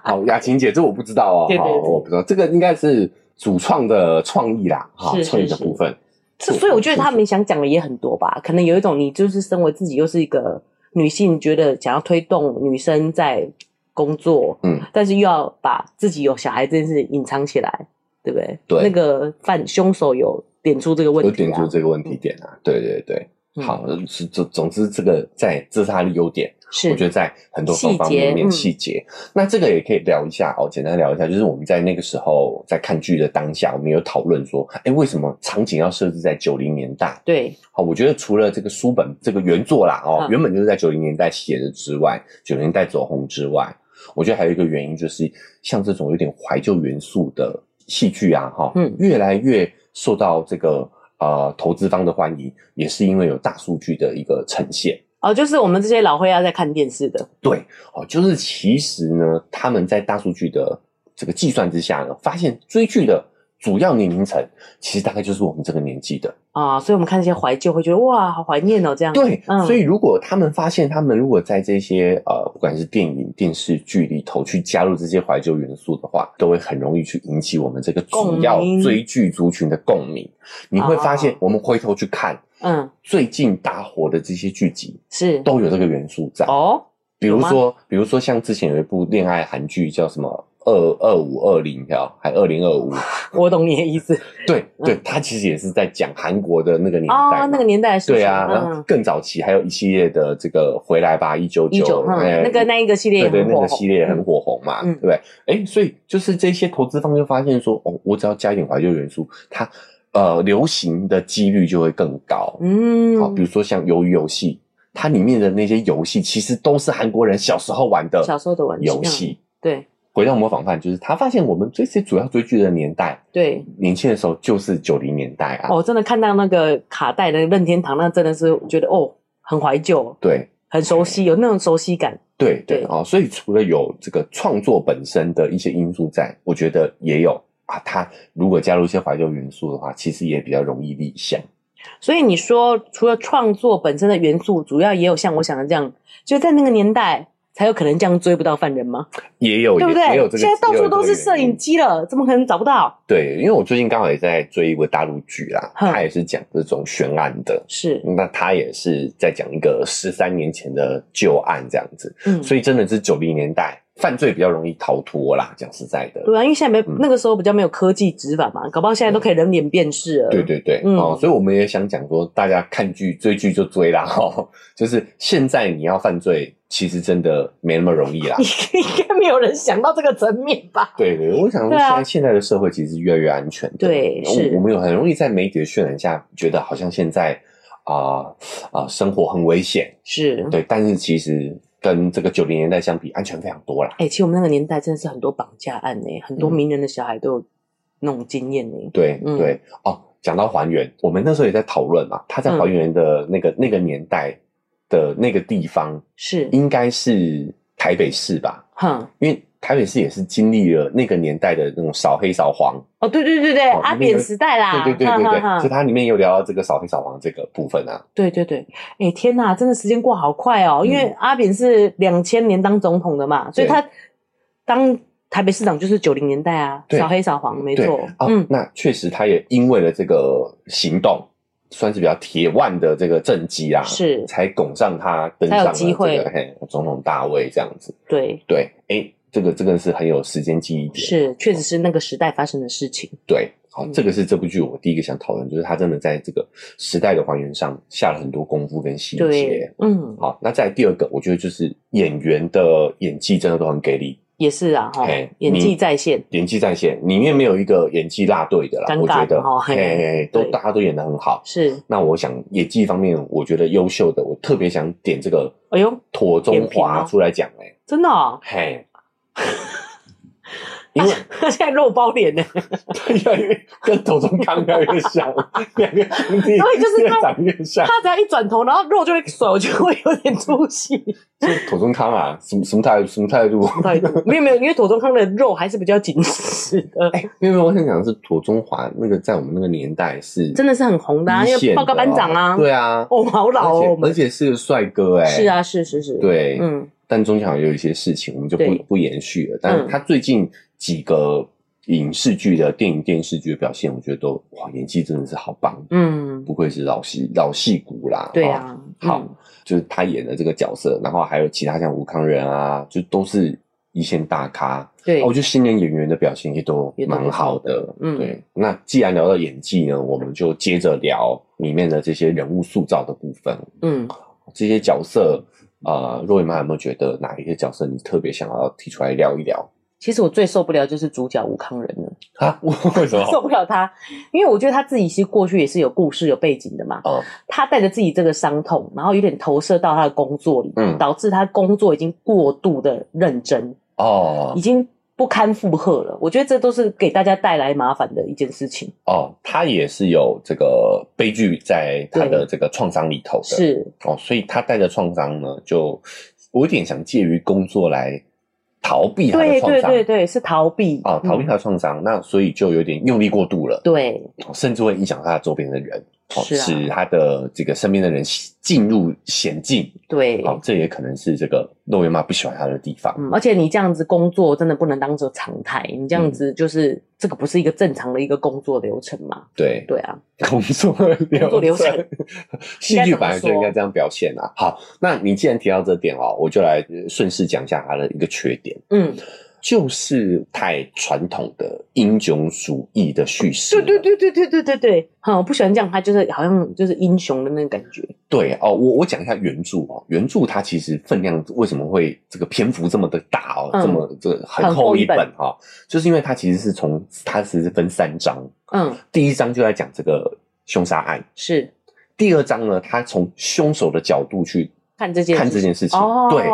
S4: 好，雅琴姐，这我不知道哦，
S3: 对对
S4: 好
S3: 对
S4: 我不知道，这个应该是主创的创意啦，哈，
S3: 是
S4: 创意
S3: 是
S4: 的
S3: 是
S4: 部分。
S3: 这所以
S4: 嗯
S3: 我觉得他们想讲的也很多吧，可能有一种你就是身为自己又是一个女性，觉得想要推动女生在工作，
S4: 嗯，
S3: 但是又要把自己有小孩这件事隐藏起来，对不对？
S4: 对
S3: 那个犯凶手有点出这个问
S4: 有
S3: 题、啊，
S4: 点出这啊个问题点啊，对对对。
S3: 嗯
S4: 好，是总总之，这个在这是他的优点，
S3: 是，
S4: 我觉得在很多方方面面
S3: 细嗯
S4: 细节，那这个也可以聊一下哦，简单聊一下，就是我们在那个时候在看剧的当下，我们有讨论说，哎，为什么场景要设置在九零年代？
S3: 对
S4: 好，我觉得除了这个书本这个原作啦，哦，
S3: 嗯
S4: 原本就是在九零年代写的之外，九零年代走红之外，我觉得还有一个原因就是，像这种有点怀旧元素的戏剧啊，哈、
S3: 嗯
S4: 越来越受到这个呃投资方的欢迎，也是因为有大数据的一个呈现。
S3: 哦，就是我们这些老灰要在看电视的，
S4: 对哦，就是其实呢，他们在大数据的这个计算之下呢，发现追剧的主要年龄层其实大概就是我们这个年纪的。
S3: 啊，所以我们看这些怀旧会觉得哇，好怀念哦，这样
S4: 对，
S3: 嗯
S4: 所以如果他们发现他们如果在这些呃，不管是电影、电视剧里头去加入这些怀旧元素的话，都会很容易去引起我们这个主要
S3: 共鸣
S4: 追剧族群的共鸣。你会发现
S3: 哦，
S4: 我们回头去看
S3: 嗯
S4: 最近大火的这些剧集，
S3: 是
S4: 都有这个元素在。
S3: 哦，
S4: 比如
S3: 有吗
S4: 说，比如说像之前有一部恋爱韩剧叫什么二二五二零票，还二零二五，
S3: 我懂你的意思
S4: 对对，它其实也是在讲韩国的那个年代嘛、
S3: 哦，那个年代的事情
S4: 对啊，然后
S3: 嗯，
S4: 更早期还有一系列的这个回来吧一九哎
S3: 一九嗯，那个那一个系列也
S4: 对对，
S3: 很
S4: 那
S3: 火
S4: 个系列也很火红嘛，
S3: 嗯
S4: 对不对？哎，所以就是这些投资方就发现说，哦，我只要加一点怀旧元素，它呃流行的几率就会更高。
S3: 嗯，
S4: 好，比如说像鱿鱼游戏，它里面的那些游戏其实都是韩国人小时候玩的
S3: 小时候的玩具
S4: 游戏。
S3: 对
S4: 回到模仿犯，就是他发现我们这些主要追剧的年代，
S3: 对。
S4: 年轻的时候就是九零年代啊。
S3: 哦，真的看到那个卡带的任天堂，那真的是觉得哦，很怀旧，
S4: 对
S3: 很熟悉，有那种熟悉感。
S4: 对对
S3: 对
S4: 哦，所以除了有这个创作本身的一些因素在，我觉得也有啊。他如果加入一些怀旧元素的话，其实也比较容易立项。
S3: 所以你说，除了创作本身的元素，主要也有像我想的这样，就在那个年代才有可能这样追不到犯人吗？
S4: 也有，
S3: 对不
S4: 哦也
S3: 对
S4: 也有？这个。
S3: 现在到
S4: 也
S3: 处
S4: 有这个
S3: 都是
S4: 原因
S3: 摄影机了，怎么可能找不到？
S4: 对，因为我最近刚好也在追一部大陆剧啦，
S3: 哼
S4: 它也是讲这种悬案的。
S3: 是，
S4: 那他也是在讲一个十三年前的旧案这样子，
S3: 嗯，
S4: 所以真的是九零年代犯罪比较容易逃脱啦。讲实在的，
S3: 对啊，因为现在没、
S4: 嗯
S3: 那个时候比较没有科技执法嘛，搞不好现在都可以人脸辨识了。
S4: 对对对，
S3: 嗯。
S4: 哦，所以我们也想讲说，大家看剧追剧就追啦，哈、哦，就是现在你要犯罪，其实真的没那么容易啦
S3: 应该没有人想到这个层面吧？
S4: 对对，我想说
S3: 对
S4: 现在、
S3: 啊
S4: 现在的社会其实越来越安全的，
S3: 对是
S4: 我我们有很容易在媒体的渲染下，觉得好像现在啊啊、生活很危险，
S3: 是，
S4: 对，但是其实跟这个九零年代相比，安全非常多啦。
S3: 哎、其实我们那个年代真的是很多绑架案呢、很多
S4: 嗯
S3: 名人的小孩都有那种经验呢、
S4: 对、
S3: 嗯
S4: 对哦，讲到还原，我们那时候也在讨论嘛，他在
S3: 嗯
S4: 还原的那个、那个年代的那个地方，
S3: 是，
S4: 应该是台北市吧，
S3: 哼，
S4: 因为。台北市也是经历了那个年代的那种扫黑扫黄，
S3: 哦，对对对对，
S4: 哦
S3: 阿
S4: 里面有
S3: 扁时代啦，
S4: 对对对对对，
S3: 啊哈哈
S4: 所以
S3: 哈
S4: 它里面有聊到这个扫黑扫黄这个部分啊。
S3: 对对对，哎天呐，真的时间过好快哦，因
S4: 嗯
S3: 为阿扁是两千年当总统的嘛，所以他当台北市长就是九零年代啊，
S4: 对
S3: 扫黑扫黄，没
S4: 对
S3: 错，
S4: 啊，
S3: 嗯，
S4: 那确实他也因为了这个行动，算是比较铁腕的这个政绩啊，
S3: 是
S4: 才拱上他登上
S3: 才
S4: 了
S3: 有
S4: 这
S3: 机会
S4: 个嘿总统大位这样子。
S3: 对，
S4: 对，哎，这个这个是很有时间记忆点，
S3: 是，确实是那个时代发生的事情，
S4: 对。好，
S3: 嗯
S4: 这个是这部剧我第一个想讨论，就是他真的在这个时代的还原上下了很多功夫跟细节
S3: 对。，嗯，
S4: 好，那再来第二个，我觉得就是演员的演技真的都很给力，
S3: 也是啊，哈
S4: 嘿，
S3: 演
S4: 你
S3: 技在线，
S4: 演技在线，里面没有一个演技落队的啦，
S3: 尴尬
S4: 我觉得，
S3: 哦嘿
S4: 哎，都
S3: 对
S4: 大家都演得很好。
S3: 是，
S4: 那我想演技方面，我觉得优秀的，我特别想点这个
S3: 哎呦，哦
S4: 妥中华出来讲哎、
S3: 真的哦，
S4: 嘿，因为
S3: 他现在肉包脸呢，
S4: 越来越跟妥中康越来越 像，两个兄弟
S3: 对就是
S4: 越
S3: 他
S4: 长越像
S3: 他。只要一转头，然后肉就会手就会有点出 息，
S4: 就是妥中康啊，什么什么态度？什么态度？
S3: 态度没有没有，因为左宗康的肉还是比较紧实的，
S4: 因为我想讲的是妥中华那个在我们那个年代是
S3: 真的是很红的啊，
S4: 一
S3: 因
S4: 线
S3: 为报告班长啊，
S4: 哦对啊，
S3: 哦，好老
S4: 而
S3: 哦，
S4: 且
S3: 我们
S4: 而且是个帅哥哎、
S3: 是，啊，是是是，，
S4: 对，
S3: 嗯，
S4: 但中场有一些事情，我们就不
S3: 对
S4: 不延续了。但是
S3: 嗯
S4: 他最近几个影视剧的电影、电视剧的表现，我觉得都哇，演技真的是好棒，
S3: 嗯，
S4: 不愧是老戏老戏骨啦。
S3: 对
S4: 哦，
S3: 啊，
S4: 好
S3: 嗯，
S4: 就是他演的这个角色，然后还有其他像吴康仁啊，就都是一线大咖。
S3: 对
S4: 啊我，觉得新人演员的表现也都
S3: 也都
S4: 蛮
S3: 不错
S4: 好的。
S3: 嗯
S4: 对。那既然聊到演技呢，我们就接着聊里面的这些人物塑造的部分。
S3: 嗯，
S4: 这些角色，呃，若雨妈有没有觉得哪一些角色你特别想要提出来聊一聊
S3: 其实我最受不了就是主角吴康仁了，
S4: 啊？为什
S3: 受
S4: 么？
S3: 不了他，因为我觉得他自己其实过去也是有故事、有背景的嘛，
S4: 哦，
S3: 他带着自己这个伤痛，然后有点投射到他的工作里，
S4: 嗯
S3: 导致他工作已经过度的认真，
S4: 哦
S3: 已，经不堪负荷了。我觉得这都是给大家带来麻烦的一件事情。
S4: 哦，他也是有这个悲剧在他的这个创伤里头的，
S3: 是，
S4: 哦，所以他带着创伤呢，就我有点想介于工作来逃避他的
S3: 对
S4: 创
S3: 对
S4: 伤，
S3: 对对，是逃避
S4: 哦，逃避
S3: 嗯
S4: 他的创伤，那所以就有点用力过度了，
S3: 对，
S4: 哦甚至会影响他周边的人，哦，
S3: 是啊
S4: 使他的这个身边的人进入险境，
S3: 对，
S4: 好，这也可能是这个肉圆妈不喜欢他的地方。
S3: 嗯，而且你这样子工作真的不能当做常态，你这
S4: 嗯
S3: 样子就是、这个不是一个正常的一个工作流程嘛？
S4: 对，
S3: 对啊，
S4: 工作流
S3: 工作流程，
S4: 戏剧本来就应该这样表现啊。好，那你既然提到这点哦，我就来顺势讲一下他的一个缺点，
S3: 嗯，
S4: 就是太传统的英雄主义的叙事
S3: 对
S4: 了。
S3: 对对对对对对对，哈、我不喜欢这样，他就是好像就是英雄的那个感觉，
S4: 对哦，我我讲一下原著哦，原著它其实分量为什么会这个篇幅这么的大哦，
S3: 嗯
S4: 这么这个很
S3: 很厚
S4: 厚一
S3: 一本
S4: 本哈、哦，就是因为它其实是从它其实是分三章，
S3: 嗯，
S4: 第一章就在讲这个凶杀案。
S3: 是
S4: 第二章呢，他从凶手的角度去
S3: 看这件
S4: 看这件事情，
S3: 哦，
S4: 对。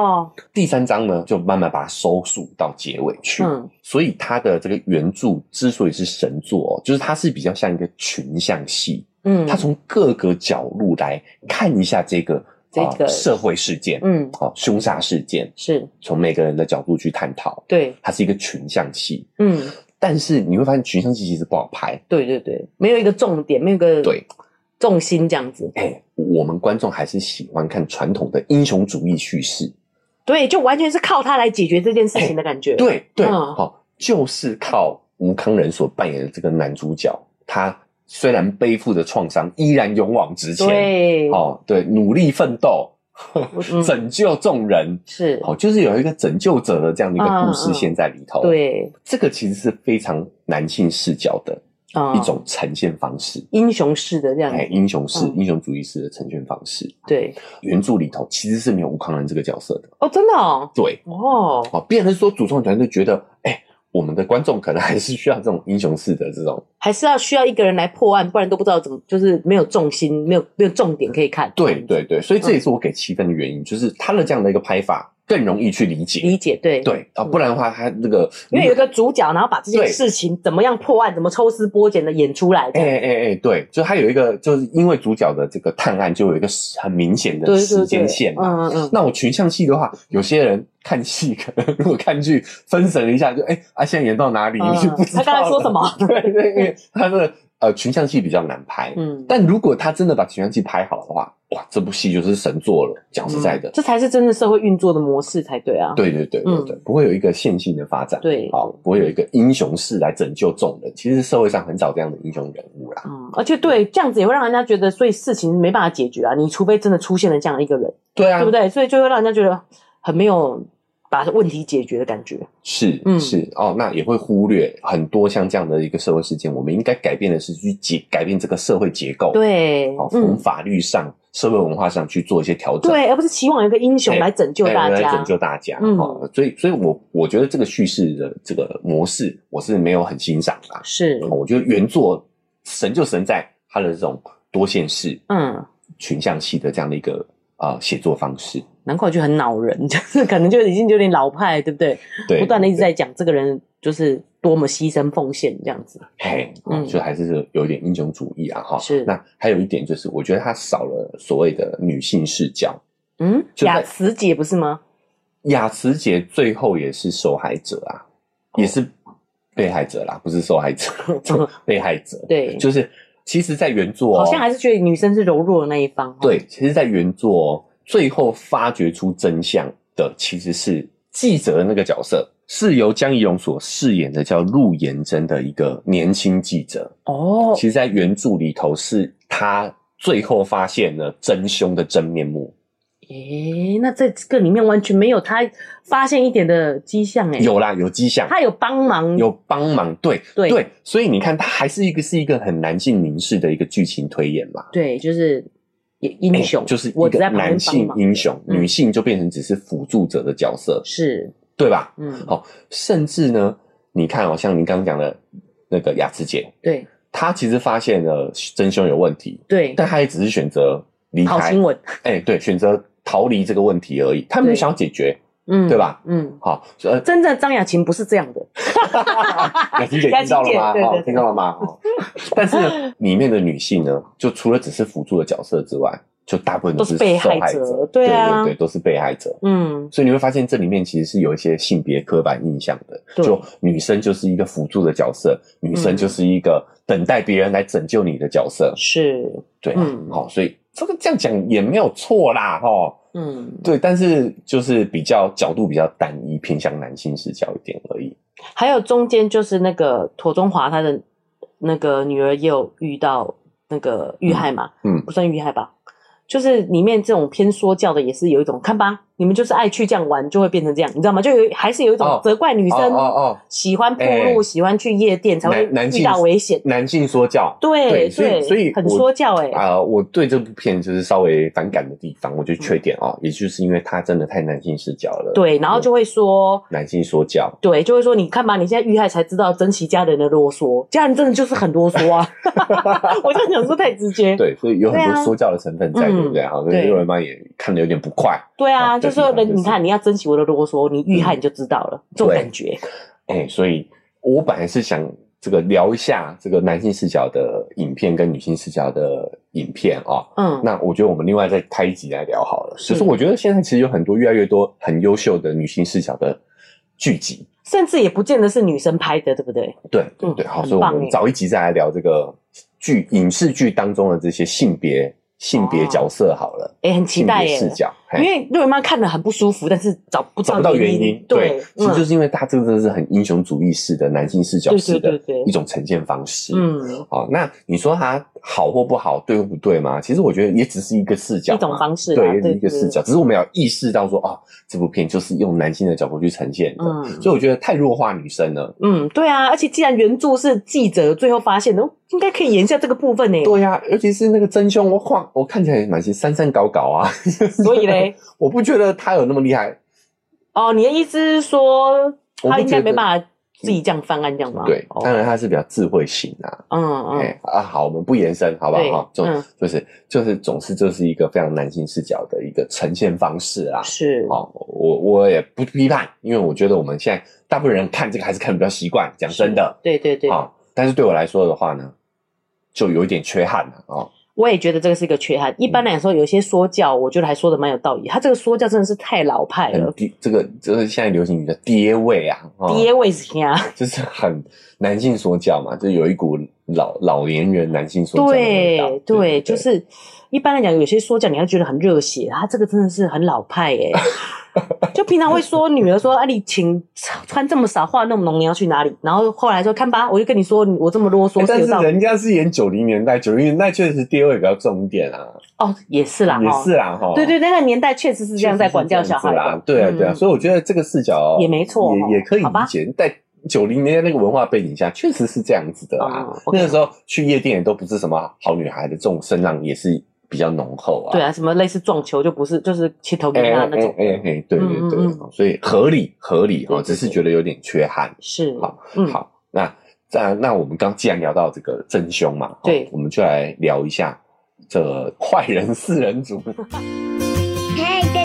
S4: 第三章呢，就慢慢把它收束到结尾去。
S3: 嗯
S4: 所以他的这个原著之所以是神作、哦，就是它是比较像一个群像戏，
S3: 嗯，
S4: 它从各个角度来看一下这个
S3: 这
S4: 呃
S3: 个
S4: 社会事件，
S3: 嗯
S4: 哦，凶杀事件，
S3: 是
S4: 从每个人的角度去探讨。
S3: 对，
S4: 它是一个群像戏，
S3: 嗯
S4: 但是你会发现群像戏其实不好拍。
S3: 对对对，没有一个重点，没有一个
S4: 对
S3: 重心这样子，
S4: 哎、我们观众还是喜欢看传统的英雄主义叙事。
S3: 对，就完全是靠他来解决这件事情的感觉，
S4: 对对，
S3: 嗯
S4: 好、就是靠吴康仁所扮演的这个男主角，他虽然背负着创伤，依然勇往直前。
S3: 对，
S4: 哦，对，努力奋斗，
S3: 嗯
S4: 拯救众人。
S3: 是，
S4: 好、就是有一个拯救者的这样的一个故事
S3: 嗯嗯
S4: 线在里头。，
S3: 对，
S4: 这个其实是非常男性视角的
S3: 啊
S4: 一种呈现方式。
S3: 英雄式的这样
S4: 哎，
S3: 子，
S4: 英雄式、
S3: 嗯
S4: 英雄主义式的呈现方式，
S3: 对，
S4: 原著里头其实是没有吴康仁这个角色的。
S3: 哦，真的哦，
S4: 对，
S3: 哦，
S4: 哦，变成说主创团队觉得，哎、我们的观众可能还是需要这种英雄式的这种
S3: 还是要需要一个人来破案，不然都不知道怎么，就是没有重心，没有没有重点可以看。嗯
S4: 对对对，所以这也是我给七分的原因，就是他的这样的一个拍法更容易去理解。
S3: 理解对，
S4: 对啊，不然的话，他那个
S3: 因为有一个主角，然后把这件事情怎么样破案，怎么抽丝剥茧的演出来。这
S4: 哎
S3: 样
S4: 哎哎哎，对，就他有一个，就是因为主角的这个探案就有一个很明显的
S3: 对
S4: 时
S3: 对对
S4: 间，线嘛。
S3: 嗯嗯嗯，
S4: 那我群像戏的话，有些人看戏可能 如果看剧分神一下，就哎、啊，现在演到哪里、
S3: 嗯
S4: 你就不知道
S3: 他
S4: 了。
S3: 刚才说什么
S4: 对对，因为他的呃群像戏比较难拍，
S3: 嗯，
S4: 但如果他真的把群像戏拍好的话，哇，这部戏就是神作了。讲实在的，
S3: 这才是真的社会运作的模式才对啊。
S4: 对对对对对，不会有一个线性的发展，
S3: 对
S4: 好，不会有一个英雄式来拯救众人。其实社会上很少这样的英雄人物啦。
S3: 嗯，而且对这样子也会让人家觉得，所以事情没办法解决啊。你除非真的出现了这样一个人，
S4: 对啊，
S3: 对不对？所以就会让人家觉得很没有把问题解决的感觉。
S4: 是，
S3: 嗯
S4: 是哦，那也会忽略很多像这样的一个社会事件。我们应该改变的是去解改变这个社会结构，，
S3: 对
S4: 好、，从
S3: 嗯，
S4: 法律上、社会文化上去做一些调整，
S3: 对，而不是期望有一个英雄
S4: 哎
S3: 来拯救
S4: 对，
S3: 大
S4: 来
S3: 家。
S4: 拯救大家。
S3: 嗯
S4: 哦，所以，所以我我觉得这个叙事的这个模式，我是没有很欣赏啦。
S3: 是，
S4: 哦我觉得原作神就神在它的这种多线式
S3: 嗯，
S4: 群像戏的这样的一个啊写、作方式，
S3: 难怪就很恼人， 就是可能就已经有点老派，对不对？
S4: 对，
S3: 不断的一直在讲这个人就是多么牺牲奉献这样子。
S4: 嘿，
S3: 嗯
S4: 就还是有点英雄主义啊，哈。
S3: 是
S4: 那还有一点就是，我觉得他少了所谓的女性视角。
S3: 嗯，
S4: 就在
S3: 雅慈姐不是吗？
S4: 雅慈姐最后也是受害者啊，
S3: 哦
S4: 也是被害者啦，不是受害者， 被害者。
S3: 对
S4: 就是其实，在原作、哦、
S3: 好像还是觉得女生是柔弱的那一方。，哦
S4: 对，其实，在原作、哦、最后发掘出真相的其实是记者的那个角色，是由江一龙所饰演的叫陆延真的一个年轻记者。
S3: 哦，
S4: 其实，在原著里头是他最后发现了真凶的真面目，
S3: 诶，那在这个里面完全没有他发现一点的迹象诶，
S4: 有啦，有迹象，
S3: 他有帮忙，
S4: 有帮忙，对
S3: 对
S4: 所以你看，他还是一个是一个很男性凝视的一个剧情推演嘛，哎
S3: 对，就是也英雄，
S4: 哦就是一
S3: 我只
S4: 个
S3: 在旁边
S4: 男
S3: 帮
S4: 性
S3: 忙，
S4: 英雄，
S3: 嗯
S4: 女性就变成只是辅助者的角色，
S3: 是，
S4: 对吧？
S3: 嗯，
S4: 好，甚至呢，你看哦，像您刚刚讲的那个雅慈姐，
S3: 对
S4: 她其实发现了真凶有问题，
S3: 对，
S4: 但她也只是选择离
S3: 好
S4: 开
S3: 新，闻，
S4: 哎、对，选择逃离这个问题而已，她没有
S3: 对
S4: 想要解决。
S3: 嗯，
S4: 对吧？
S3: 嗯，
S4: 好，呃，
S3: 真正张雅琴不是这样的，
S4: 雅琪 姐
S3: 雅
S4: 听
S3: 琪
S4: 到了
S3: 姐
S4: 吗？
S3: 对
S4: 好，
S3: 对对
S4: 听到了吗？好， 但是呢里面的女性呢，就除了只是辅助的角色之外，就大部分
S3: 都
S4: 是
S3: 是被
S4: 受
S3: 害
S4: 害
S3: 者
S4: 者，
S3: 对
S4: 对
S3: 啊
S4: 对，都是被害者。
S3: 嗯，
S4: 所以你会发现，这里面其实是有一些性别刻板印象的，
S3: 对
S4: 就女生就是一个辅助的角色，女生
S3: 嗯
S4: 就是一个等待别人来拯救你的角色，
S3: 是，
S4: 对啊
S3: 嗯，
S4: 好，所以这个这样讲也没有错啦，哈，
S3: 嗯，
S4: 对，但是就是比较角度比较单一，偏向男性视角一点而已，
S3: 还有中间就是那个妥中华他的那个女儿也有遇到那个遇害嘛，
S4: 嗯嗯
S3: 不算遇害吧，就是里面这种偏说教的也是有一种，看吧，你们就是爱去这样玩，就会变成这样，你知道吗？就有还是有一种
S4: 哦
S3: 责怪女生
S4: 哦哦哦
S3: 喜欢铺
S4: 哎
S3: 路、喜欢去夜店才会
S4: 男男性
S3: 遇到危险，
S4: 男性说教，
S3: 对
S4: 对所以所以
S3: 很
S4: 我
S3: 说教哎、
S4: 啊、我对这部片就是稍微反感的地方，我就缺点哦，也就是因为它真的太男性视角了。
S3: 对，然后就会说。
S4: 男性说教，
S3: 对，就会说你看吧，你现在遇害才知道珍惜家人的啰嗦，家人真的就是很啰嗦啊！ 我就想说太直接，
S4: 对，所以有很
S3: 对
S4: 多
S3: 啊
S4: 说教的成分在，
S3: 嗯
S4: 对不对？好，所以
S3: 对
S4: 六人帮也看得有点不快。
S3: 对啊，
S4: 啊
S3: 就
S4: 对
S3: 是说
S4: 平常
S3: 人，
S4: 就是
S3: 你看你要珍惜我的啰嗦，你遇害你就知道了，这种
S4: 对
S3: 感觉。
S4: 哎、所以我本来是想这个聊一下这个男性视角的影片跟女性视角的影片哦。
S3: 嗯，
S4: 那我觉得我们另外再开一集来聊好了。
S3: 是
S4: 就是我觉得现在其实有很多越来越多很优秀的女性视角的剧集，
S3: 甚至也不见得是女生拍的，对不对？
S4: 对对对，
S3: 嗯
S4: 好，
S3: 很
S4: 所以我
S3: 棒
S4: 们
S3: 耶
S4: 早一集再来聊这个剧影视剧当中的这些性别性别角色好了，
S3: 哎，很哦期
S4: 性
S3: 待
S4: 别
S3: 耶，
S4: 视角，
S3: 因
S4: 嘿
S3: 为瑞妈看了很不舒服，但是找不
S4: 找不到原因
S3: 因。，
S4: 对
S3: 对，，
S4: 其实
S3: 嗯
S4: 就是因为它这个真的是很英雄主义式的男性视角式
S3: 对
S4: 的
S3: 对对对
S4: 一种呈现方式。
S3: 嗯，
S4: 哦，那你说它好或不好，对或不对嘛？其实我觉得也只是一个视角
S3: 一
S4: 嘛，
S3: 种方式啦，
S4: 对，也是
S3: 对
S4: 一个视角，。只是我们要意识到说，哦，这部片就是用男性的角度去呈现的，
S3: 嗯
S4: 所以我觉得太弱化女生了。
S3: 嗯，对啊，而且既然原著是记者最后发现的，应该可以研一下这个部分呢。
S4: 对呀、尤其是那个真凶，我看我看起来也蛮像三三搞搞啊，
S3: 所以嘞，
S4: 我不觉得他有那么厉害，
S3: 哦，你的意思是说
S4: 我不
S3: 他应
S4: 觉
S3: 该
S4: 得
S3: 没办法自己这样翻案这样吗？
S4: 对，
S3: 哦
S4: 当然它是比较智慧型啊，
S3: 嗯嗯
S4: 哎、啊，好，我们不延伸，好不好？
S3: 对
S4: 哈，总、
S3: 嗯
S4: 就是就是总是这是一个非常男性视角的一个呈现方式啦。
S3: 是，
S4: 啊好、我我也不批判，因为我觉得我们现在大部分人看这个还是看得比较习惯，讲真的，
S3: 对对对，
S4: 好、但是对我来说的话呢，就有一点缺憾了哦。
S3: 我也觉得这个是一个缺
S4: 嗯
S3: 憾。一般来说，有些说教，我觉得还说的蛮有道理。他这个说教真的是太老派
S4: 很
S3: 了，
S4: 低，这个这个现在流行语叫爹味啊，嗯哦
S3: 爹位置 呀，
S4: 就是很男性说教嘛，就有一股老老年人男性说教的味道
S3: 对对，就是一般来讲，有些说教你会觉得很热血，他这个真的是很老派 耶、就平常会说女儿说：“啊，你请穿这么少，化那么浓，你要去哪里？”然后后来说：“看吧，我就跟你说，我这么啰嗦
S4: 欸但
S3: 是
S4: 是
S3: 有道理
S4: 人家是演九零年代，九零年代确实爹味比较重一点啊，
S3: 哦，也是啦，
S4: 也
S3: 哈
S4: 是啦哈。
S3: 对对，那个年代确实是
S4: 确实是
S3: 这样在管教小孩
S4: 这样
S3: 的
S4: 子啦，对啊
S3: 嗯
S4: 对啊，所以我觉得这个视角
S3: 也没错哦
S4: 也也可以
S3: 好吧
S4: 理解，在。九零年代那个文化背景下，确实是这样子的啊。
S3: 哦，OK
S4: 那个时候去夜店也都不是什么好女孩的，这种声浪也是比较浓厚啊。
S3: 对啊，什么类似撞球就不是，就是切头给
S4: 哎
S3: 他
S4: 哎
S3: 那种，
S4: 哎哎，对对对，
S3: 嗯嗯
S4: 所以合理合理
S3: 对
S4: 哦，
S3: 对
S4: 只是
S3: 对
S4: 觉得有点缺憾。
S3: 是
S4: 好，
S3: 嗯，
S4: 好，那那那我们刚既然聊到这个真凶嘛，哦
S3: 对
S4: 我们就来聊一下这坏人四人组。
S5: 嗨，大